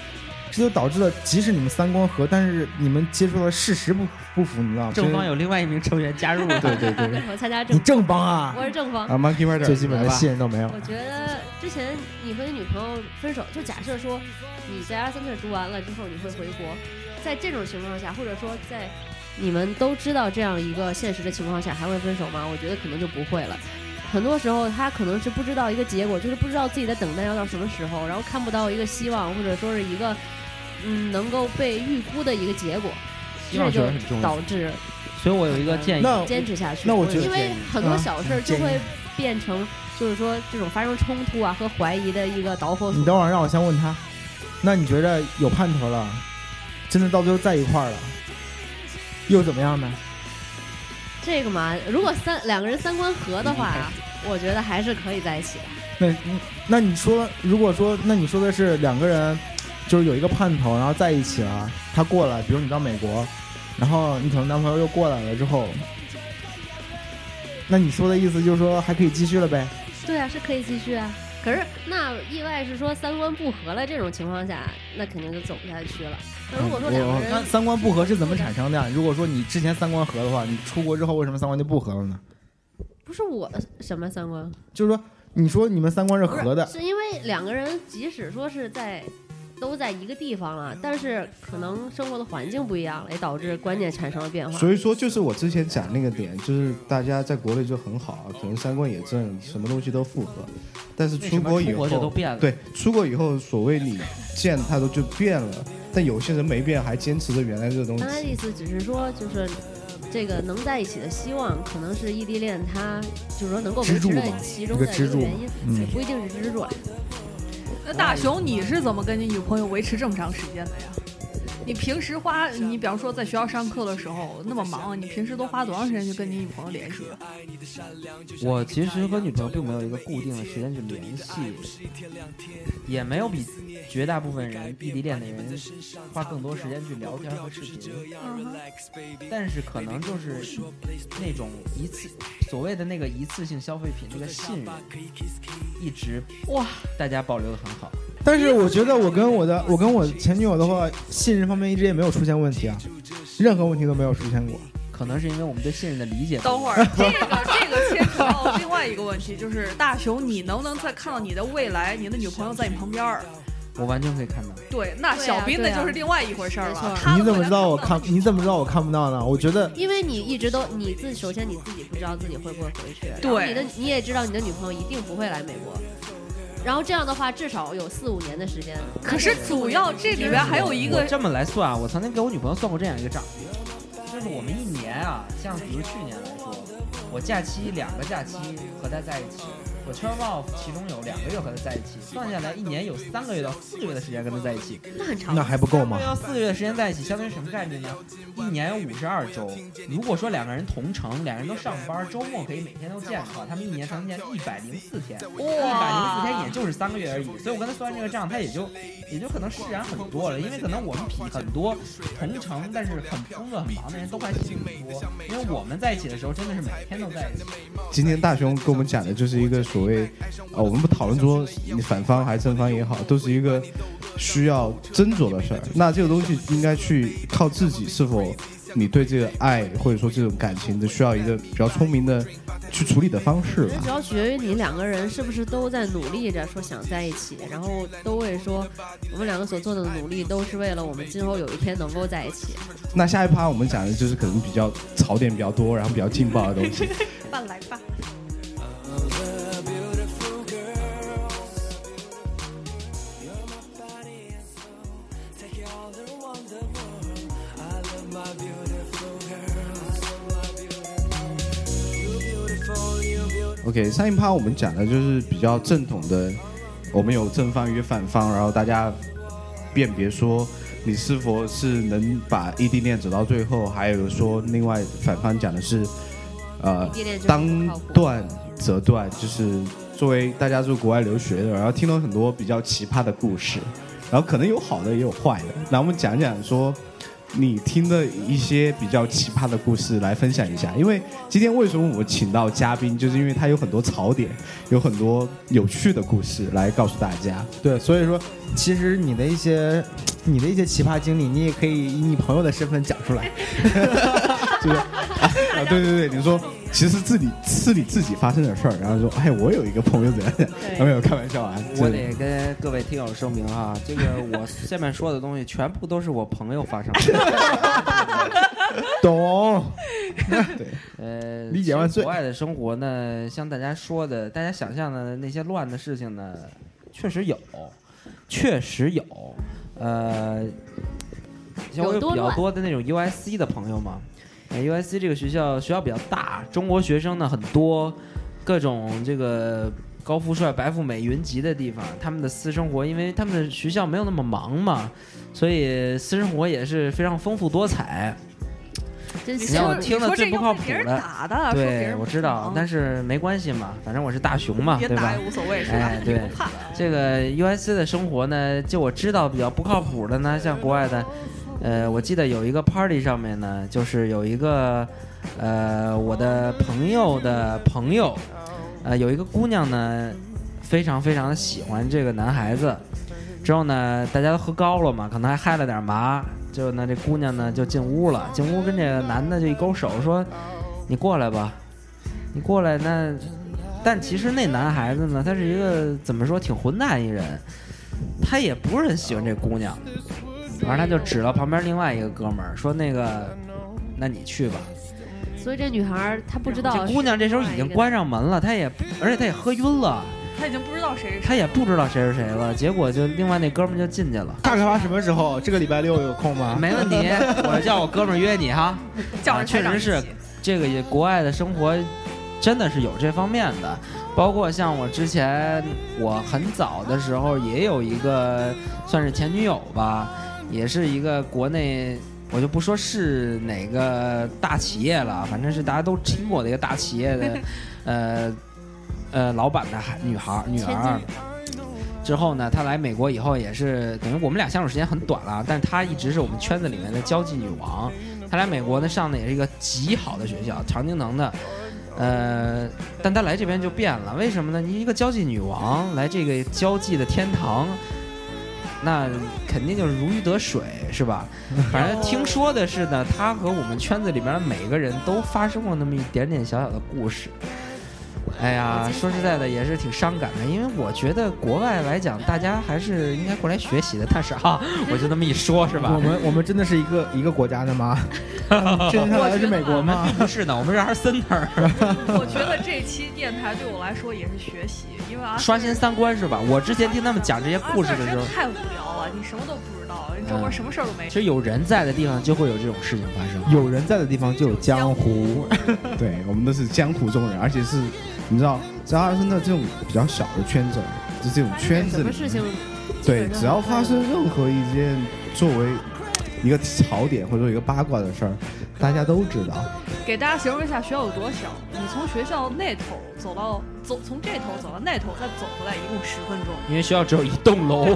Speaker 3: 这就导致了，即使你们三观合，但是你们接触的事实不不符，你知道吗？
Speaker 7: 正方有另外一名成员加入了，
Speaker 3: 对对
Speaker 4: [laughs]
Speaker 3: 对，
Speaker 4: 我参加
Speaker 3: 你
Speaker 4: 正，
Speaker 3: 正帮啊，
Speaker 4: 我是正方。
Speaker 2: 啊，Monkey Rider，
Speaker 3: 最基本的
Speaker 2: 来吧
Speaker 3: 信任都没有。
Speaker 4: 我觉得之前你和你女朋友分手，就假设说你在二三岁读完了之后你会回国，在这种情况下，或者说在你们都知道这样一个现实的情况下，还会分手吗？我觉得可能就不会了。很多时候他可能是不知道一个结果，就是不知道自己的等待要到什么时候，然后看不到一个希望，或者说是一个嗯能够被预估的一个结果，
Speaker 8: 希
Speaker 4: 这
Speaker 8: 望
Speaker 4: 就
Speaker 8: 觉得很重要。
Speaker 4: 导致
Speaker 7: 所以我有一个建议，
Speaker 3: 那
Speaker 4: 坚持下去。
Speaker 3: 那我觉得
Speaker 4: 因为很多小事儿就会变成，就是说这种发生冲突啊和怀疑的一个导火
Speaker 3: 你
Speaker 4: 索。
Speaker 3: 等会儿让我先问他，那你觉着有盼头了，真的到最后在一块儿了，又怎么样呢？
Speaker 4: 这个嘛，如果三两个人三观合的话，我觉得还是可以在一起的。
Speaker 3: 那那你说，如果说那你说的是两个人，就是有一个盼头，然后在一起了，他过来，比如你到美国，然后你可能男朋友又过来了之后，那你说的意思就是说还可以继续了呗？
Speaker 4: 对啊，是可以继续啊。可是那意外是说三观不合了这种情况下，那肯定就走不下去了。那如果嗯说两个
Speaker 3: 我
Speaker 4: 人
Speaker 3: 那三观不合是怎么产生的？如果说你之前三观合的话，你出国之后为什么三观就不合了呢？
Speaker 4: 不是我的什么三观，
Speaker 3: 就是说，你说你们三观是合的，
Speaker 4: 是因为两个人即使说是在都在一个地方了，但是可能生活的环境不一样了，也导致观念产生了变化。
Speaker 2: 所以说，就是我之前讲那个点，就是大家在国内就很好，可能三观也正，什么东西都符合，但是
Speaker 7: 为
Speaker 2: 出
Speaker 7: 什么
Speaker 2: 国以
Speaker 7: 出
Speaker 2: 后
Speaker 7: 国就都变了。
Speaker 2: 对，出国以后，所谓你见他都就变了，但有些人没变，还坚持着原来这个东
Speaker 4: 刚才的
Speaker 2: 西。
Speaker 4: 意思只是说，就是这个能在一起的希望，可能是异地恋它就是说能够维
Speaker 3: 支
Speaker 4: 持
Speaker 3: 柱
Speaker 4: 的
Speaker 3: 吧
Speaker 4: 其中
Speaker 3: 一个
Speaker 4: 的
Speaker 3: 支
Speaker 4: 一个
Speaker 3: 柱
Speaker 4: 原
Speaker 3: 嘛
Speaker 4: 因，
Speaker 3: 嗯
Speaker 4: 也不一定是支柱啊。
Speaker 5: 那大熊，你是怎么跟你女朋友维持这么长时间的呀？你平时花，你比方说在学校上课的时候那么忙，你平时都花多长时间去跟你女朋友联系？啊
Speaker 7: 我其实和女朋友并没有一个固定的时间去联系，也没有比绝大部分人异地恋的人花更多时间去聊天和视频。
Speaker 5: 嗯
Speaker 7: 但是可能就是那种一次所谓的那个一次性消费品那个信任，一直
Speaker 5: 哇，
Speaker 7: 大家保留的很好。
Speaker 3: 但是我觉得我跟我的我跟我前女友的话，信任方面一直也没有出现问题啊，任何问题都没有出现过。
Speaker 7: 可能是因为我们对信任的理解不一样。
Speaker 5: 等会儿，这个这个牵扯到另外一个问题，就是大熊，你能不能再看到你的未来，你的女朋友在你旁边儿？
Speaker 7: 我完全可以看到，
Speaker 5: 对，那
Speaker 4: 对啊
Speaker 5: 小斌那
Speaker 4: 对啊
Speaker 5: 就是另外一回事儿
Speaker 4: 没错
Speaker 5: 了。他的
Speaker 3: 你怎么
Speaker 5: 未来
Speaker 3: 知道我
Speaker 5: 看不到
Speaker 3: 看？你怎么知道我看不到呢？我觉得
Speaker 4: 因为你一直都你自首先你自己不知道自己会不会回去，然后
Speaker 5: 对
Speaker 4: 你的你也知道你的女朋友一定不会来美国，然后这样的话至少有四五年的时间。
Speaker 5: 可是主要这里边还有一
Speaker 7: 我
Speaker 5: 个，
Speaker 7: 这么来算啊，我曾经给我女朋友算过这样一个账，就是我们一年啊，像比如去年来说，我假期两个假期和她在一起，我 term off 其中有两个月和她在一起，算下来一年有三个月到四个月的时间跟她在一起，
Speaker 4: 那很长
Speaker 3: 那，还不够
Speaker 7: 三
Speaker 3: 吗
Speaker 7: 个月？到四个月的时间在一起，相当于什么概念呢？一年有五十二周，如果说两个人同城，两人都上班，周末可以每天都见的话，他们一年才能见一百零四天。一百零四天也就是三个月而已，所以我跟他算这个账，他也就也就可能释然很多了，因为可能我们比很多同城但是很工作很忙的人都还幸福，因为我们在一起的时候真的是每天都在一起，
Speaker 2: 今天大雄跟我们讲的就是一个所谓，呃，我们不讨论说你反方还是正方也好，都是一个需要斟酌的事儿。那这个东西应该去靠自己是否你对这个爱或者说这种感情的需要一个比较聪明的去处理的方式
Speaker 4: 我觉得主
Speaker 2: 吧。
Speaker 4: 要取决于你两个人是不是都在努力着说想在一起，然后都会说我们两个所做的努力都是为了我们今后有一天能够在一起。
Speaker 2: 那下一趴我们讲的就是可能比较槽点比较多，然后比较劲爆的东西。
Speaker 5: 饭来吧。
Speaker 9: I love my beautiful girl.
Speaker 2: OK，上一趴我们讲的就是比较正统的，我们有正方与反方，然后大家辨别说你是否是能把异地恋走到最后，还有说另外反方讲的是，呃
Speaker 4: 异，地恋真的不
Speaker 2: 当
Speaker 4: 靠谱
Speaker 2: 断则断，就是作为大家住国外留学的，然后听到很多比较奇葩的故事，然后可能有好的也有坏的，那我们讲讲说。你听的一些比较奇葩的故事来分享一下，因为今天为什么我请到嘉宾，就是因为他有很多槽点，有很多有趣的故事来告诉大家。
Speaker 3: 对，所以说，其实你的一些你的一些奇葩经历，你也可以以你朋友的身份讲出
Speaker 2: [laughs]
Speaker 3: 来。
Speaker 2: 啊，对对对，你说其实自己是你自己发生的事儿，然后说，哎，我有一个朋友怎样怎样，没有开玩笑啊，
Speaker 7: 我
Speaker 2: 这
Speaker 7: 得跟各位听友声明啊，这个我下面说的东西全部都是我朋友发生的。
Speaker 3: 懂？
Speaker 7: 呃，
Speaker 3: 理解万岁
Speaker 7: 其实国外的生活呢，像大家说的，大家想象的那些乱的事情呢，确实有，确实有。呃，像我
Speaker 4: 有
Speaker 7: 有
Speaker 4: 多
Speaker 7: 比较
Speaker 4: 乱
Speaker 7: 多的那种 UIC 的朋友嘛、呃、，UIC 这个学校学校比较大，中国学生呢很多，各种这个高富帅、白富美云集的地方，他们的私生活，因为他们的学校没有那么忙嘛，所以私生活也是非常丰富多彩。
Speaker 4: 真
Speaker 5: 你
Speaker 7: 你
Speaker 4: 香
Speaker 7: 让我
Speaker 5: 说。
Speaker 7: 听了
Speaker 5: 你说
Speaker 7: 最
Speaker 5: 这
Speaker 7: 不
Speaker 5: 又
Speaker 7: 靠
Speaker 5: 被
Speaker 7: 谱
Speaker 5: 别人
Speaker 7: 的
Speaker 5: 打的，说别
Speaker 7: 对，
Speaker 5: 人
Speaker 7: 我知道
Speaker 5: 不，啊
Speaker 7: 但是没关系嘛，反正我是大熊嘛，
Speaker 5: 别
Speaker 7: 对
Speaker 5: 打
Speaker 7: 吧
Speaker 5: 也？无所谓是吧
Speaker 7: 哎？
Speaker 5: 你
Speaker 7: 对
Speaker 5: 不怕？
Speaker 7: 这个 U.S. 的生活呢，就我知道比较不靠谱的呢，像国外的，呃，我记得有一个 party 上面呢，就是有一个，呃，我的朋友的朋友，呃，有一个姑娘呢，非常非常的喜欢这个男孩子，之后呢，大家都喝高了嘛，可能还嗨了点麻，就呢这姑娘呢就进屋了，进屋跟这个男的就一勾手说：“你过来吧，你过来。”那但其实那男孩子呢，他是一个怎么说挺混蛋一人，他也不是很喜欢这姑娘，完了他就指了旁边另外一个哥们儿说：“那个，那你去吧。”
Speaker 4: 所以这女孩儿她不知道
Speaker 7: 这
Speaker 4: 是
Speaker 7: 姑娘这时候已经关上门了，她也而且她也喝晕了，
Speaker 5: 他已经不知道谁
Speaker 7: [laughs]
Speaker 5: 是
Speaker 7: 她也不知道谁是谁了，结果就另外那哥们儿就进去了。
Speaker 3: 大开发什么时候？这个礼拜六有空吗？
Speaker 7: 没问题，我叫我哥们儿约你哈。
Speaker 5: 叫上台长
Speaker 7: 确实是 [laughs]
Speaker 5: 一起
Speaker 7: 这个也国外的生活真的是有这方面的，包括像我之前我很早的时候也有一个算是前女友吧，也是一个国内。我就不说是哪个大企业了，反正是大家都听过的一个大企业的，呃，呃，老板的孩女孩儿女儿。之后呢，她来美国以后也是等于我们俩相处时间很短了，但她一直是我们圈子里面的交际女王。她来美国呢上的也是一个极好的学校，常青藤的。呃，但她来这边就变了，为什么呢？你一个交际女王来这个交际的天堂，那肯定就是如鱼得水，是 [laughs] 吧？反正听说的是呢，她和我们圈子里边的每个人都发生过那么一点点小小的故事。哎呀，说实在的，也是挺伤感的，因为我觉得国外来讲，大家还是应该过来学习的。但是啊，我就那么一说，是吧？
Speaker 3: 我们我们真的是一个一个国家
Speaker 5: [laughs]
Speaker 3: 的吗？真上来的是美国吗？
Speaker 7: 不是呢，我们是阿森那儿
Speaker 5: 我觉得这期电台对我来说也是学习，因为阿 Sir-
Speaker 7: 刷新三观是吧？我之前听他们讲这些故事
Speaker 5: 阿 Sir
Speaker 7: 的时候
Speaker 5: 真，太无聊了，你什么都不知道，你周末
Speaker 7: 嗯
Speaker 5: 什么事儿都没
Speaker 7: 其。实有人在的地方就会有这种事情发生。
Speaker 3: 有人在的地方就有江湖。
Speaker 2: [laughs] 对，我们都是江湖中人，而且是，你知道，在阿森纳这种比较小的圈子，就这种圈子
Speaker 4: 什
Speaker 2: 里
Speaker 4: 么，事情，
Speaker 7: 嗯
Speaker 2: 对，只要发生任何一件作为一个槽点或者说一个八卦的事儿，大家都知道。
Speaker 5: 给大家形容一下学校有多小，你从学校那头走到走，从这头走到那头，再走回来，一共十分钟。
Speaker 7: 因为学校只有一栋楼，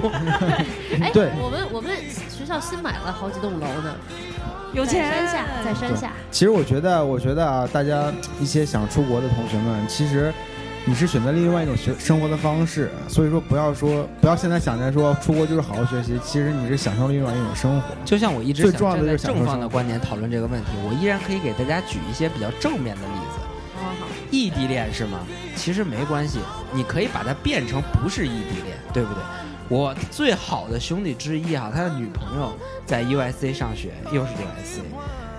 Speaker 4: 哎，
Speaker 3: 对
Speaker 4: 我们我们学校新买了好几栋楼呢，
Speaker 5: 有
Speaker 4: 在
Speaker 5: 钱
Speaker 4: 山下，在山下，
Speaker 3: 其实我觉得，我觉得啊，大家一些想出国的同学们，其实你是选择另外一种学生活的方式，所以说不要说不要现在想着说出国就是好好学习，其实你是享受另外一种生活。 [laughs]
Speaker 7: 就像我一直
Speaker 3: 最
Speaker 7: 想
Speaker 3: 重要的
Speaker 7: 站在
Speaker 3: 就是享受
Speaker 7: 正方
Speaker 3: 生
Speaker 7: 的
Speaker 3: 活
Speaker 7: 观点讨论这个问题，我依然可以给大家举一些比较正面的例子。
Speaker 4: 哦好，
Speaker 7: 异地恋是吗？其实没关系，你可以把它变成不是异地恋，对不对？我最好的兄弟之一哈、他的女朋友在 USC 上学，又是 USC，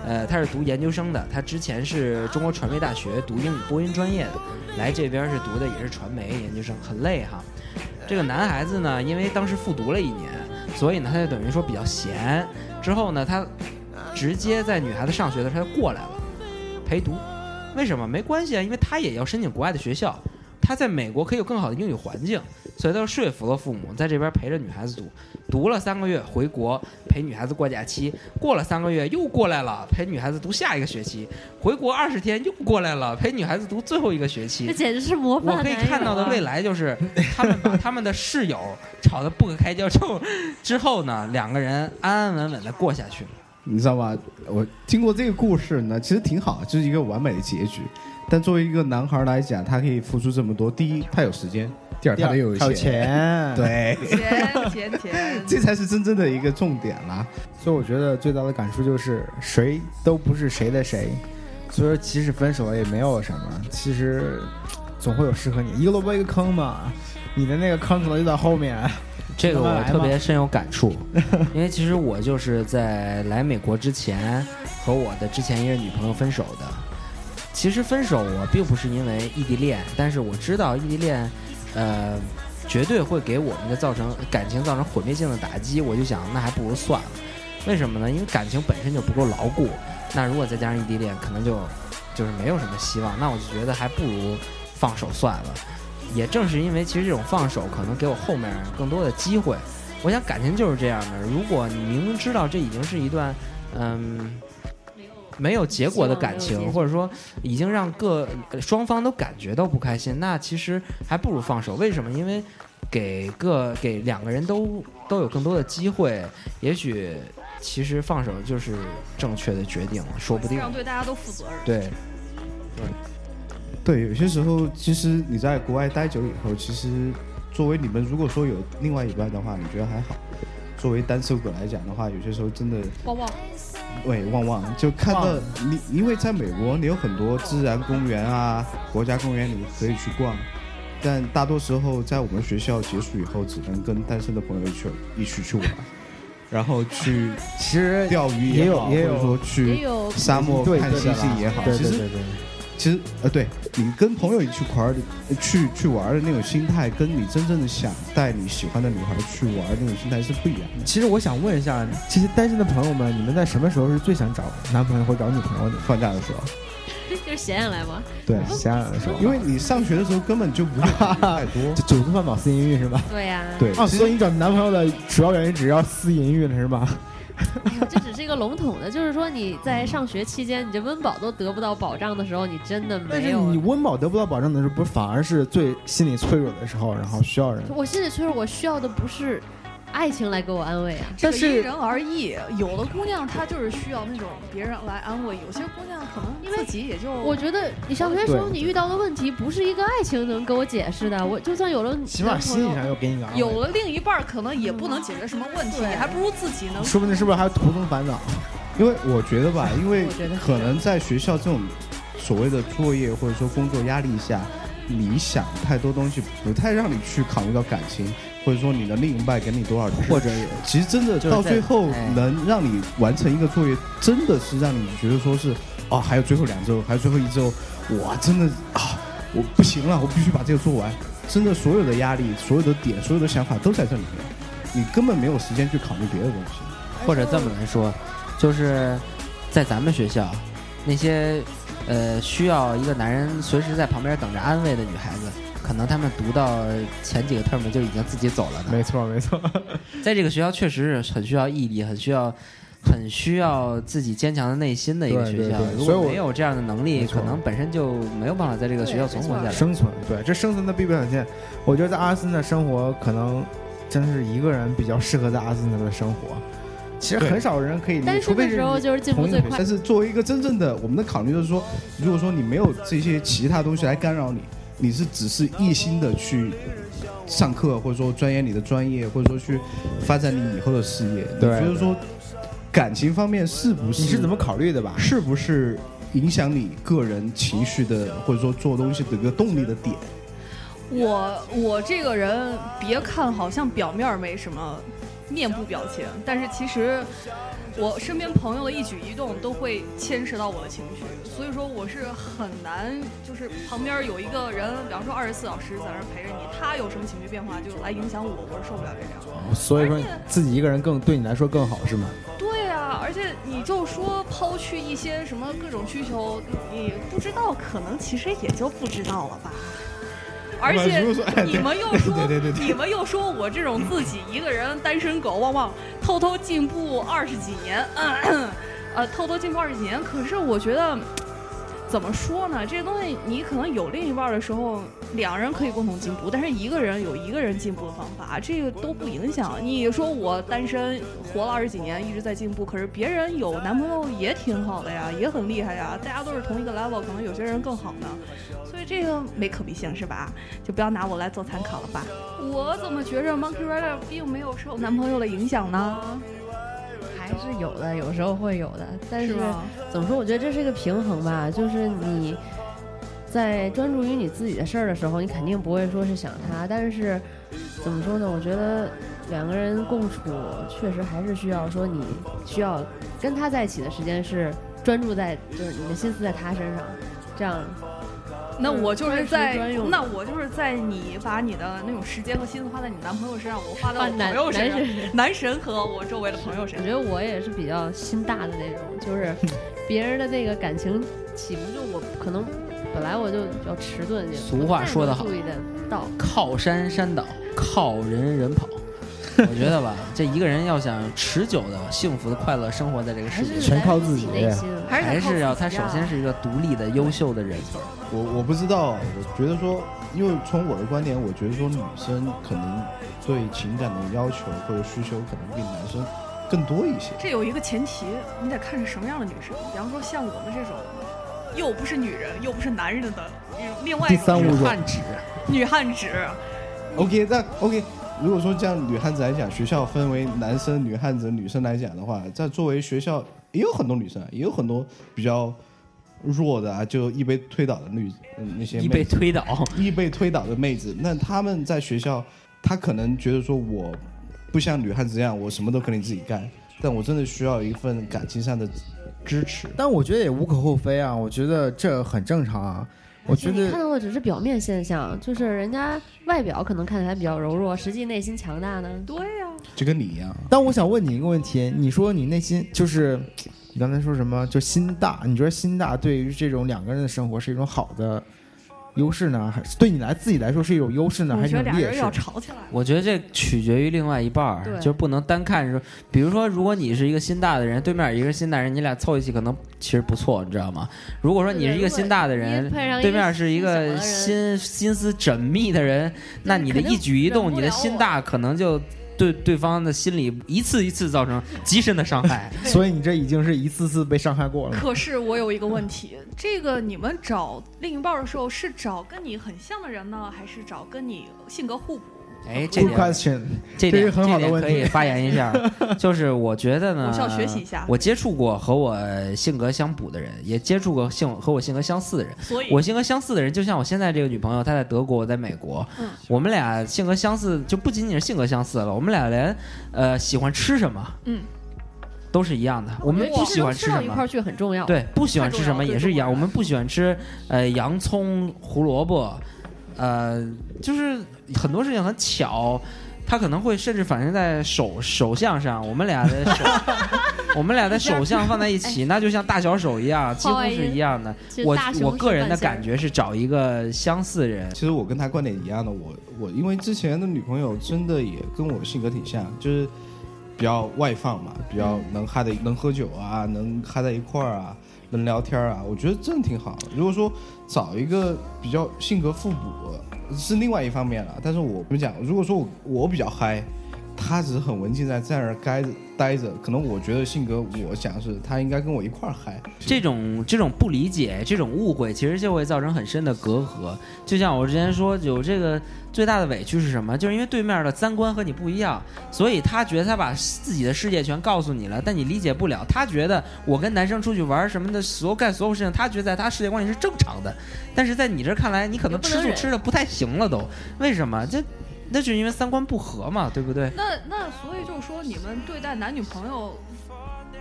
Speaker 7: 呃，他是读研究生的，他之前是中国传媒大学读英语播音专业的，来这边是读的也是传媒研究生，很累哈、这个男孩子呢，因为当时复读了一年，所以呢，他就等于说比较闲。之后呢，他直接在女孩子上学的时候，他就过来了陪读。为什么？没关系啊，因为他也要申请国外的学校，他在美国可以有更好的英语环境，所以他就说服了父母，在这边陪着女孩子读，读了三个月回国陪女孩子过假期，过了三个月又过来了陪女孩子读下一个学期，回国二十天又过来了陪女孩子读最后一个学期
Speaker 4: 这。简直是模
Speaker 7: 我
Speaker 4: 范
Speaker 7: 可以
Speaker 4: 男友
Speaker 7: 看到的
Speaker 4: 啊
Speaker 7: 未来就是，他们把他们的室友吵得不可开交之后，之后呢，两个人安安稳稳的过下去了。
Speaker 2: 你知道吧？我经过这个故事呢，其实挺好，就是一个完美的结局。但作为一个男孩来讲，他可以付出这么多，第一，他有时间；第二，
Speaker 3: 第二
Speaker 2: 他得有
Speaker 3: 还有
Speaker 2: 钱。[laughs]
Speaker 3: 钱，。
Speaker 2: 对，
Speaker 5: 钱
Speaker 7: [laughs]
Speaker 5: 钱钱，
Speaker 2: 这才是真正的一个重点啦。
Speaker 3: 所以我觉得最大的感触就是谁都不是谁的谁，所以说即使分手了也没有什么，其实总会有适合你，一个萝卜一个坑嘛，你的那个坑可能就在后面。
Speaker 7: 这个
Speaker 3: 慢慢
Speaker 7: 我
Speaker 3: 来
Speaker 7: 特
Speaker 3: 嘛
Speaker 7: 别深有感触，因为其实我就是在来美国之前和我的之前一任女朋友分手的。其实分手我并不是因为异地恋，但是我知道异地恋，呃，绝对会给我们的造成感情造成毁灭性的打击。我就想，那还不如算了。为什么呢？因为感情本身就不够牢固，那如果再加上异地恋，可能就就是没有什么希望。那我就觉得还不如放手算了。也正是因为其实这种放手，可能给我后面更多的机会。我想感情就是这样的，如果你明明知道这已经是一段，嗯。没有结果的感
Speaker 4: 希望没有
Speaker 7: 情，
Speaker 4: 结果
Speaker 7: 或者说已经让各呃双方都感觉到不开心，那其实还不如放手。为什么？因为给个给两个人都都有更多的机会，也许其实放手就是正确的决定了，说不定
Speaker 5: 让对大家都负责任。
Speaker 7: 对。
Speaker 2: 对，有些时候其实你在国外待久以后，其实作为你们如果说有另外一半的话，你觉得还好。作为单身狗来讲的话，有些时候真的
Speaker 5: 旺旺，
Speaker 2: 喂，旺旺，就看到
Speaker 3: 旺
Speaker 2: 你，因为在美国，你有很多自然公园啊、国家公园，你可以去逛。但大多时候，在我们学校结束以后，只能跟单身的朋友一起一起去玩， [laughs] 然后去
Speaker 3: 其实
Speaker 2: 钓鱼
Speaker 3: 也有
Speaker 2: 好，
Speaker 3: 也
Speaker 2: 或
Speaker 3: 有
Speaker 2: 者说
Speaker 4: 也
Speaker 2: 去
Speaker 4: 有
Speaker 2: 沙漠
Speaker 3: 对
Speaker 2: 看
Speaker 3: 对
Speaker 2: 星
Speaker 3: 的
Speaker 2: 星
Speaker 3: 啦
Speaker 2: 也好。
Speaker 3: 对
Speaker 2: 其
Speaker 3: 对
Speaker 2: 实
Speaker 3: 对对。
Speaker 2: 其实呃，对你跟朋友一起去玩儿，呃去去玩儿的那种心态，跟你真正的想带你喜欢的女孩去玩儿那种心态是不一样的。
Speaker 3: 其实我想问一下，这些单身的朋友们，你们在什么时候是最想找男朋友或找女朋友的？
Speaker 2: 放假的时候，
Speaker 4: 就是闲下来嘛，
Speaker 3: 对，想想的时候，。
Speaker 2: 因为你上学的时候根本就不会考虑太多 [laughs]
Speaker 3: 主动 [laughs] 饭饱思淫欲是吧？
Speaker 4: 对呀，
Speaker 2: 对，
Speaker 3: 啊，
Speaker 2: 其实
Speaker 3: 所以你找男朋友的主要原因只要思淫欲了是吧？
Speaker 4: 哎呦这只是一个笼统的，就是说你在上学期间，你这温饱都得不到保障的时候，你真的
Speaker 3: 但
Speaker 4: 没
Speaker 3: 是
Speaker 4: 有
Speaker 3: 你温饱得不到保证的时候，不是反而是最心理脆弱的时候，然后需要人。
Speaker 4: 我心里确实我需要的不是爱情来给我安慰啊，
Speaker 5: 这
Speaker 3: 但
Speaker 5: 个
Speaker 3: 是
Speaker 5: 因人而异，有的姑娘她就是需要那种别人来安慰，有些姑娘可能
Speaker 4: 因为
Speaker 5: 自己也就
Speaker 4: 我觉得你上学时候
Speaker 3: 对
Speaker 4: 你遇到的问题不是一个爱情能跟我解释的，我就算有了
Speaker 3: 起码
Speaker 4: 男
Speaker 3: 心
Speaker 4: 朋
Speaker 3: 理上
Speaker 4: 友，
Speaker 3: 要给你个安慰
Speaker 5: 有了另一半儿可能也不能解决什么问题，
Speaker 4: 对
Speaker 5: 还不如自己能
Speaker 3: 说不定是不是还有徒增烦恼？
Speaker 2: 因为我觉得吧，因为
Speaker 4: 我觉得是
Speaker 2: 可能在学校这种所谓的作业或者说工作压力下，你想太多东西，不太让你去考虑到感情，或者说你的另一半给你多少支持
Speaker 7: 或者也
Speaker 2: 其实真的
Speaker 7: 就是
Speaker 2: 到
Speaker 7: 在
Speaker 2: 最后
Speaker 7: 哎
Speaker 2: 能让你完成一个作业，真的是让你觉得说是哦，还有最后两周，还有最后一周，我真的啊，我不行了，我必须把这个做完。真的，所有的压力、所有的点、所有的想法都在这里面，你根本没有时间去考虑别的东西。
Speaker 7: 或者这么来说，就是在咱们学校，那些呃需要一个男人随时在旁边等着安慰的女孩子，可能她们读到前几个 term 就已经自己走了呢。
Speaker 3: 没错，没错。
Speaker 7: 在这个学校确实是很需要毅力，很需要。很需要自己坚强的内心的一个
Speaker 3: 对
Speaker 7: 学
Speaker 3: 对
Speaker 7: 校
Speaker 3: 对，
Speaker 7: 如
Speaker 3: 所以
Speaker 7: 果
Speaker 3: 我
Speaker 7: 没有这样的能力，
Speaker 3: 没错
Speaker 7: 可能本身就没有办法在这个学校存活下来。
Speaker 3: [laughs] 生存，对，这生存的必备条件。我觉得在阿森的生活，可能真是一个人比较适合在阿森的生活。其实
Speaker 2: 对
Speaker 3: 很少人可以理，
Speaker 4: 单
Speaker 3: 嗯除
Speaker 4: 身
Speaker 3: 非
Speaker 4: 的
Speaker 3: 是
Speaker 4: 时候
Speaker 3: 你
Speaker 4: 就是进步
Speaker 3: 同一
Speaker 4: 最
Speaker 3: 回
Speaker 4: 快
Speaker 2: 但。是作为一个真正的，我们的考虑就是说，如果说你没有这些其他东西来干扰你，你是只是一心的去上课，或者说钻研你的专业，或者说去发展你以后的事业，你
Speaker 3: 对
Speaker 2: 觉得说感情方面是不是
Speaker 3: 你是怎么考虑的吧？
Speaker 2: 是不是影响你个人情绪的，或者说做东西的一个动力的点？
Speaker 5: 我我这个人，别看好像表面儿没什么面部表情，但是其实我身边朋友的一举一动都会牵扯到我的情绪，所以说我是很难，就是旁边有一个人，比方说二十四小时在那儿陪着你，他有什么情绪变化就来影响我，我是受不了这样。
Speaker 3: 所以说
Speaker 5: 而
Speaker 3: 你
Speaker 5: 且
Speaker 3: 自己一个人更对你来说更好是吗？
Speaker 5: 对啊，而且你就说抛去一些什么各种需求，你不知道，可能其实也就不知道了吧。而且
Speaker 3: 满叔说哎
Speaker 5: 你们又说，
Speaker 3: [laughs] 对对对对
Speaker 5: 你们又说我这种自己一个人单身狗，旺旺偷偷进步二十几年，咳咳呃，偷偷进步二十几年。可是我觉得，怎么说呢？这些东西你可能有另一半的时候，两人可以共同进步，但是一个人有一个人进步的方法，这个都不影响。你说我单身活了二十几年，一直在进步，可是别人有男朋友也挺好的呀，也很厉害呀，大家都是同一个 level，可能有些人更好呢。所以这个没可比性是吧？就不要拿我来做参考了吧。我怎么觉着 Monkey Rider 并没有受男朋友的影响呢？
Speaker 4: 还是有的，有时候会有的，但是
Speaker 5: 吧？
Speaker 4: 怎么说？我觉得这是一个平衡吧，就是你在专注于你自己的事儿的时候，你肯定不会说是想他，但是怎么说呢？我觉得两个人共处确实还是需要说你需要跟他在一起的时间是专注在，就是你的心思在他身上，这样
Speaker 5: 那我就是在
Speaker 4: 专专用，的
Speaker 5: 那我就是在你把你的那种时间和心思花在你男朋友身上，我花到我
Speaker 4: 换男
Speaker 5: 朋友身
Speaker 4: 男
Speaker 5: 上，
Speaker 4: 神。
Speaker 5: 男神和我周围的朋友身
Speaker 4: 我
Speaker 5: 上
Speaker 4: 觉。得我也是比较心大的那种，就是
Speaker 7: 嗯
Speaker 4: 别人的那个感情起伏，就我可能本来我就比较迟钝，就
Speaker 7: 俗话说得好
Speaker 4: 不太能注意得到。
Speaker 7: 靠山山倒，靠人人跑。我觉得吧，这一个人要想持久的、幸福的、快乐生活在这个世界上，
Speaker 3: 全靠自己
Speaker 4: 内心，
Speaker 5: 还是得
Speaker 7: 还
Speaker 5: 靠自
Speaker 7: 是
Speaker 5: 己
Speaker 7: 要
Speaker 5: 啊
Speaker 7: 他首先是一个独立的、优秀的人。
Speaker 2: 我我不知道，我觉得说，因为从我的观点，我觉得说女生可能对情感的要求或者需求可能比男生更多一些。
Speaker 5: 这有一个前提，你得看是什么样的女生。比方说像我们这种，又不是女人，又不是男人的，另外
Speaker 2: 第
Speaker 5: 一
Speaker 2: 三
Speaker 5: 种
Speaker 2: 物
Speaker 5: 是
Speaker 2: 种
Speaker 7: 泛指，
Speaker 5: 女汉子，
Speaker 2: OK，那 OK，如果说这样女汉子来讲，学校分为男生、女汉子、女生来讲的话，在作为学校也有很多女生啊，也有很多比较弱的啊，就一被推倒的女、嗯那些
Speaker 7: 一
Speaker 2: 妹
Speaker 7: 被
Speaker 2: 子
Speaker 7: 推倒，
Speaker 2: 易被推倒的妹子，那她们在学校，她可能觉得说我不像女汉子一样，我什么都可以自己干，但我真的需要一份感情上的支持。
Speaker 3: 但我觉得也无可厚非啊，我觉得这很正常啊。我觉
Speaker 4: 而且你看
Speaker 3: 得
Speaker 4: 到的只是表面现象，就是人家外表可能看起来比较柔弱，实际内心强大呢。
Speaker 5: 对呀、
Speaker 2: 就跟你一样，啊
Speaker 3: 但我想问你一个问题，你说你内心就是你刚才说什么，就心大？你觉得心大对于这种两个人的生活是一种好的优势呢，还是对你来自己来说是一种优势呢，还
Speaker 5: 我
Speaker 3: 是
Speaker 5: 觉
Speaker 3: 一
Speaker 5: 得俩
Speaker 3: 种劣
Speaker 5: 人
Speaker 3: 势
Speaker 5: 要？吵起来了。
Speaker 7: 我觉得这取决于另外一半儿，
Speaker 4: 对
Speaker 7: 就不能单看说，比如说，如果你是一个心大的人，对面有一个心大人，你俩凑一起可能其实不错，你知道吗？如果说你是一个心大的人
Speaker 4: 你，配上一
Speaker 7: 对
Speaker 4: 个
Speaker 7: 面是一个
Speaker 4: 心
Speaker 7: 心心思缜密的人，那你的
Speaker 5: 肯定
Speaker 7: 一举一动，
Speaker 5: 忍不
Speaker 7: 你的
Speaker 5: 了
Speaker 7: 心
Speaker 5: 我
Speaker 7: 大，可能就对对方的心理一次一次造成极深的伤
Speaker 5: [laughs]
Speaker 7: 害。
Speaker 3: 所以你这已经是一次次被伤害 [laughs] 过了。
Speaker 5: 可是我有一个问题，这个你们找另一半的时候是找跟你很像的人呢，还是找跟你性格互补？
Speaker 7: 哎，这
Speaker 3: Good
Speaker 7: 点
Speaker 3: question，
Speaker 7: 这
Speaker 3: 这
Speaker 7: 点
Speaker 3: 是很好
Speaker 7: 这
Speaker 3: 的
Speaker 7: 点
Speaker 3: 问
Speaker 7: 可
Speaker 3: 题
Speaker 7: 以发言
Speaker 3: [laughs]
Speaker 7: 一下，就是我觉得呢，
Speaker 5: 我需要学习一下
Speaker 7: 我接触过和我性格相补的人，也接触过性和我性格相似的人。
Speaker 5: 所以
Speaker 7: 我性格相似的人，就像我现在这个女朋友，她在德国，我在美国，
Speaker 5: 嗯
Speaker 7: 我们俩性格相似，就不仅仅是性格相似了，我们俩连呃喜欢吃什么，
Speaker 5: 嗯，
Speaker 7: 都是一样的。我们不喜欢吃
Speaker 4: 到
Speaker 7: 什
Speaker 4: 一
Speaker 7: 么
Speaker 4: 块，儿去很重要。
Speaker 7: 对，不喜欢
Speaker 5: 太
Speaker 7: 吃
Speaker 5: 重
Speaker 7: 什
Speaker 5: 要
Speaker 7: 么
Speaker 5: 了
Speaker 7: 也
Speaker 5: 对
Speaker 7: 是一
Speaker 5: 中国
Speaker 7: 样。我
Speaker 5: 人
Speaker 7: 们不喜欢吃呃洋葱、胡萝卜，呃，就是很多事情很巧，它可能会甚至反映在手手相上。我们俩的
Speaker 5: [laughs]
Speaker 7: 手，我们俩的手相放在
Speaker 5: 哎
Speaker 7: 一起，那就像大小手一样，几乎
Speaker 4: 哎
Speaker 7: 是一样的。
Speaker 4: 其实
Speaker 7: 我
Speaker 4: 大熊
Speaker 7: 我
Speaker 4: 是
Speaker 7: 个人的
Speaker 4: 半仙儿
Speaker 7: 感觉是找一个相似人，
Speaker 2: 其实我跟她观点一样的，我我因为之前的女朋友真的也跟我性格挺像，就是比较外放嘛，比较能嗨的，能喝酒啊，能嗨在一块儿啊，能聊天啊，我觉得真的挺好的。如果说找一个比较性格互补是另外一方面了，但是我怎么讲？如果说我我比较嗨，她只是很文静在在那儿该待着，可能我觉得性格我想是她应该跟我一块儿嗨，
Speaker 7: 这种这种不理解、这种误会，其实就会造成很深的隔阂。就像我之前说，有这个最大的委屈是什么？就是因为对面的三观和你不一样，所以他觉得他把自己的世界全告诉你了，但你理解不了。他觉得我跟男生出去玩什么的，所有干所有事情，他觉得在他世界观里是正常的，但是在你这儿看来，你可能
Speaker 4: 你不
Speaker 7: 吃
Speaker 4: 能
Speaker 7: 醋
Speaker 4: 忍
Speaker 7: 吃的不太行了都，为什么？这那就是因为三观不合嘛，对不对？
Speaker 5: 那那所以就是说，你们对待男女朋友，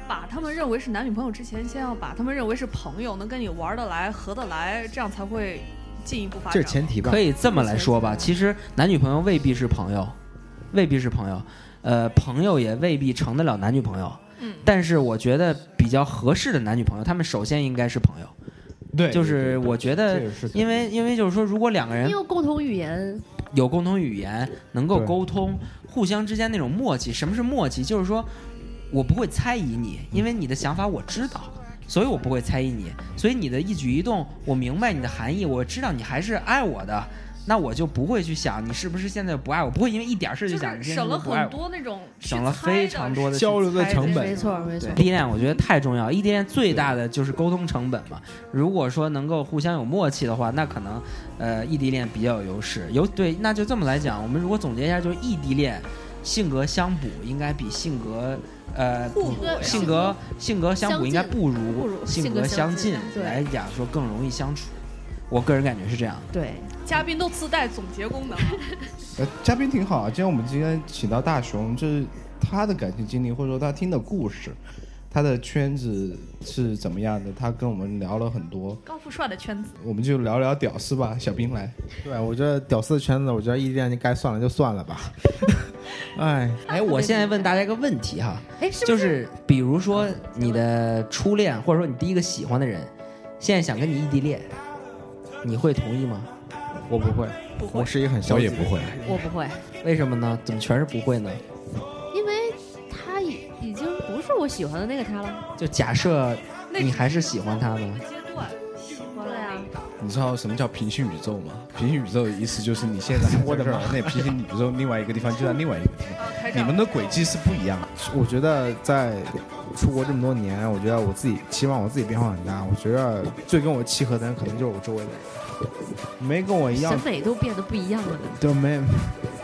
Speaker 5: 把他们认为是男女朋友之前，先要把他们认为是朋友，能跟你玩得来、合得来，这样才会进一步发
Speaker 3: 这
Speaker 5: 展。
Speaker 3: 是前提吧嗯
Speaker 7: 可？以这么来说吧，其实男女朋友未必是朋友，未必是朋友，呃，朋友也未必成得了男女朋友。
Speaker 5: 嗯
Speaker 7: 但是我觉得比较合适的男女朋友，他们首先应该是朋友。
Speaker 2: 对，
Speaker 7: 就是我觉
Speaker 2: 这
Speaker 7: 得，
Speaker 2: 也是
Speaker 7: 因为因为就是说，如果两个人
Speaker 10: 你有共同语言，
Speaker 7: 有共同语言，能够
Speaker 3: 对
Speaker 7: 沟通，互相之间那种默契。什么是默契？就是说我不会猜疑你，因为你的想法我知道，所以我不会猜疑你。所以你的一举一动，我明白你的含义，我知道你还是爱我的，那我就不会去想你是不是现在不爱我，不会因为一点事
Speaker 5: 就
Speaker 7: 就想
Speaker 5: 是
Speaker 7: 你现在
Speaker 5: 省
Speaker 7: 是
Speaker 5: 了
Speaker 7: 不是不爱
Speaker 5: 很
Speaker 7: 我。
Speaker 5: 多那种去
Speaker 7: 省了
Speaker 5: 猜
Speaker 7: 非常多的
Speaker 2: 交流的
Speaker 5: 猜
Speaker 2: 成本
Speaker 4: 没错没错
Speaker 7: 对。依恋我觉得太重要，依恋最大的就是沟通成本嘛。如果说能够互相有默契的话，那可能呃异地恋比较有优势。有对，那就这么来讲，我们如果总结一下，就是异地恋性格相补应该比性格呃
Speaker 5: 互补呀
Speaker 7: 性格性格相补应该
Speaker 10: 不
Speaker 7: 不如
Speaker 10: 如
Speaker 7: 性
Speaker 10: 性格
Speaker 7: 格
Speaker 10: 相
Speaker 7: 相
Speaker 10: 近
Speaker 7: 近
Speaker 4: 对
Speaker 7: 来讲说更容易相处。我个人感觉是这样的。
Speaker 4: 对，
Speaker 5: 嘉宾都自带总结功能，
Speaker 2: 呃，嘉宾挺好啊。今天我们今天请到大熊，就是他的感情经历，或者说他听的故事，他的圈子是怎么样的？他跟我们聊了很多，
Speaker 5: 高富帅的圈子。
Speaker 2: 我们就聊聊屌丝吧。小兵来，
Speaker 3: [laughs] 对，啊我觉得屌丝的圈子，我觉得异地恋就该算了就算了吧。 [laughs] 哎，
Speaker 7: 哎，我现在问大家一个问题哈，
Speaker 4: 哎，是
Speaker 7: 就
Speaker 4: 不
Speaker 7: 是比如说你的初恋，或者说你第一个喜欢的人，现在想跟你异地恋，你会同意吗？
Speaker 3: 我不会，
Speaker 5: 不会
Speaker 3: 我是一个很消极的人，
Speaker 2: 会。
Speaker 4: 我不会，
Speaker 7: 为什么呢？怎么全是不会呢？
Speaker 4: 因为他已已经不是我喜欢的那个他了。
Speaker 7: 就假设
Speaker 5: 那
Speaker 7: 你还是喜欢他呢？
Speaker 5: 阶段喜欢
Speaker 4: 对啊
Speaker 5: 那个
Speaker 2: 你知道什么叫平行宇宙吗？平行宇宙的意思就是你现在还在
Speaker 3: 我的
Speaker 2: 这儿
Speaker 3: 妈
Speaker 2: 那平行宇宙另外一个地方就在另外一个地方，
Speaker 5: 啊，开
Speaker 2: 你
Speaker 5: 展
Speaker 2: 们的轨迹是不一样的。
Speaker 3: 我觉得在出国这么多年，我觉得我自己期望我自己变化很大。我觉得最跟我契合的人，可能就是我周围的人，没跟我一样
Speaker 4: 审，美都变得不一样了。
Speaker 3: 就没，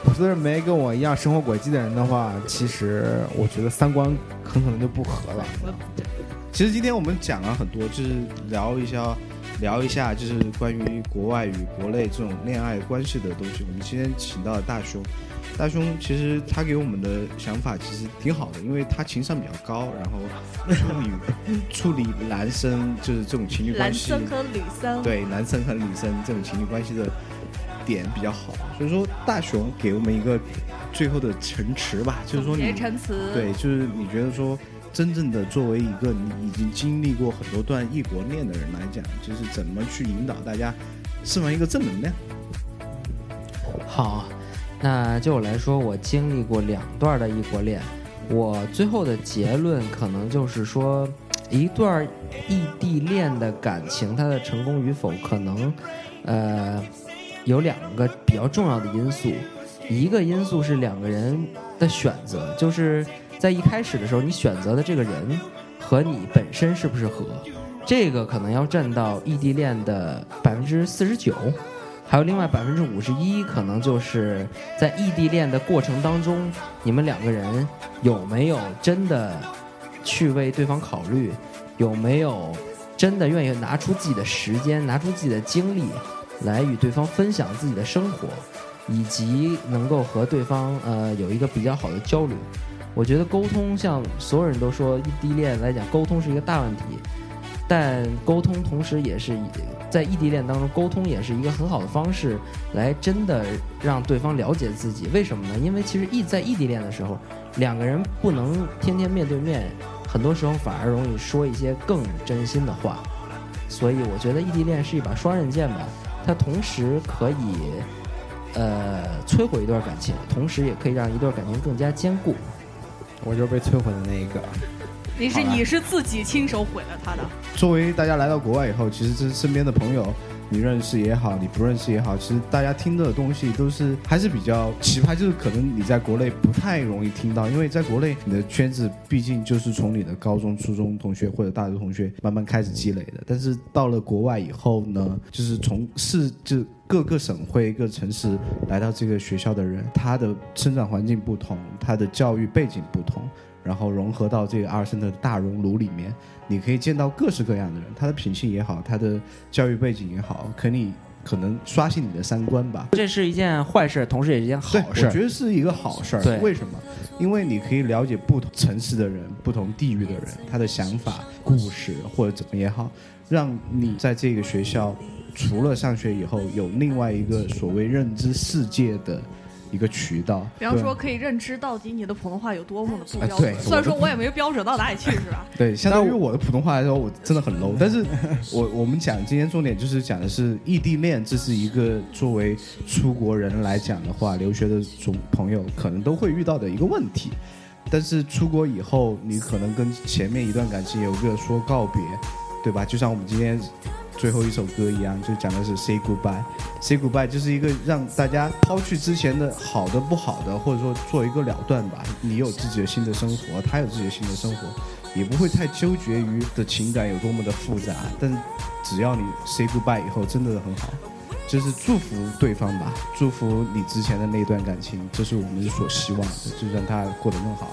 Speaker 3: 我觉得没跟我一样生活轨迹的人的话，其实我觉得三观很可能就不合了。
Speaker 2: 其实今天我们讲啊了很多，就是聊一下，聊一下就是关于国外与国内这种恋爱关系的东西。我们今天请到了大胸，大胸其实他给我们的想法其实挺好的，因为他情商比较高，然后处理处理男生就是这种情侣关
Speaker 5: 男
Speaker 2: 系，
Speaker 5: 生和女生，
Speaker 2: 对男生和女生这种情侣关系的点比较好。所以说，大熊给我们一个最后的陈词吧，就是说
Speaker 5: 总
Speaker 2: 你
Speaker 5: 结陈词，
Speaker 2: 对，就是你觉得说，真正的作为一个你已经经历过很多段异国恋的人来讲，就是怎么去引导大家释放一个正能量？
Speaker 7: 好，那就我来说，我经历过两段的异国恋，我最后的结论可能就是说，一段异地恋的感情，它的成功与否，可能，呃，有两个比较重要的因素，一个因素是两个人的选择，就是在一开始的时候，你选择的这个人和你本身是不是合，这个可能要占到异地恋的百分之四十九。还有另外百分之五十一，可能就是在异地恋的过程当中，你们两个人有没有真的去为对方考虑，有没有真的愿意拿出自己的时间，拿出自己的精力，来与对方分享自己的生活，以及能够和对方呃有一个比较好的交流。我觉得沟通，像所有人都说异地恋来讲，沟通是一个大问题，但呃沟通同时也是在异地恋当中，沟通也是一个很好的方式，来真的让对方了解自己。为什么呢？因为其实异在异地恋的时候，两个人不能天天面对面，很多时候反而容易说一些更真心的话。所以我觉得异地恋是一把双刃剑吧，它同时可以，呃，摧毁一段感情，同时也可以让一段感情更加坚固。
Speaker 3: 我就是被摧毁的那一个。
Speaker 5: 你是
Speaker 2: 好了啊
Speaker 5: 你是自己亲手毁了他的，
Speaker 2: 作为大家来到国外以后，其实这身边的朋友，你认识也好，你不认识也好，其实大家听的东西都是还是比较奇葩，就是可能你在国内不太容易听到，因为在国内你的圈子毕竟就是从你的高中、初中同学或者大学同学慢慢开始积累的，但是到了国外以后呢，就是从是就。各个省会、各个城市来到这个学校的人，他的生长环境不同，他的教育背景不同，然后融合到这个阿尔森的大熔炉里面，你可以见到各式各样的人，他的品性也好，他的教育背景也好，可你可能刷新你的三观吧。
Speaker 7: 这是一件坏事，同时也是一件
Speaker 2: 对，
Speaker 7: 好事
Speaker 2: 我。觉得是一个好事
Speaker 7: 对
Speaker 2: 儿。为什么？因为你可以了解不同城市的人、不同地域的人，他的想法、故事或者怎么也好，让你在这个学校除了上学以后，有另外一个所谓认知世界的一个渠道。
Speaker 5: 比方说，可以认知到底你的普通话有多么的不标
Speaker 2: 哎对
Speaker 5: 准。虽然说我也没标准到哪里去，是吧？
Speaker 2: 对，相当于我的普通话来说，我真的很 low。但是我，我们讲今天重点就是讲的是异地恋，这是一个作为出国人来讲的话，留学的总朋友可能都会遇到的一个问题。但是出国以后，你可能跟前面一段感情有个说告别，对吧？就像我们今天最后一首歌一样，就讲的是 say goodbye。say goodbye 就是一个让大家抛去之前的好的、不好的，或者说做一个了断吧。你有自己的新的生活，他有自己的新的生活，也不会太纠结于的情感有多么的复杂。但只要你 say goodbye 以后，真的很好，就是祝福对方吧，祝福你之前的那段感情，这是我们所希望的，就让它过得更好。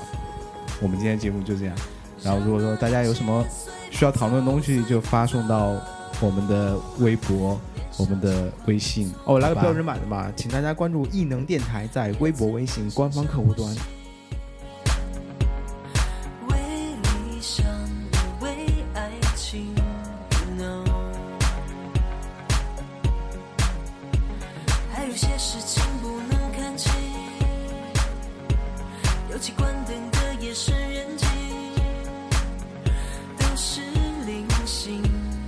Speaker 2: 我们今天节目就这样。然后如果说大家有什么需要讨论的东西，就发送到我们的微博、我们的微信。
Speaker 3: 哦，来
Speaker 2: 好
Speaker 3: 个
Speaker 2: 吧
Speaker 3: 标准版的吧，请大家关注异能电台在微博、微信官方客户端。
Speaker 1: 为理想，为爱情，no。还有些事情不能看清，尤其关灯的夜深人静，都是零星，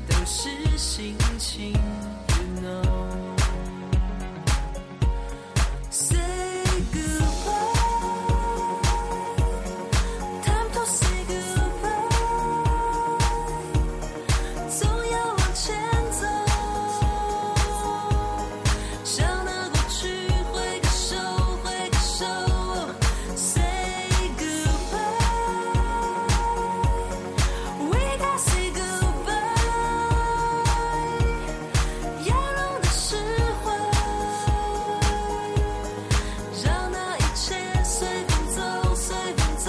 Speaker 1: 都是心情，no。Say goodbye。Time to say goodbye，总要往前走，向那过去挥个手，挥个手。Say goodbye，We gotta say goodbye，要懂得释怀。让那一切随风走，随风走。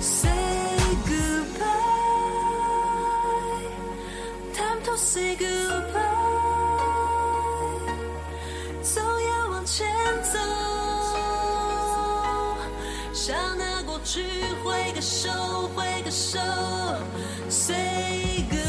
Speaker 1: Say goodbye, time to say goodbye，总要往前走，向那过去挥个手，挥个手。Say goodbye。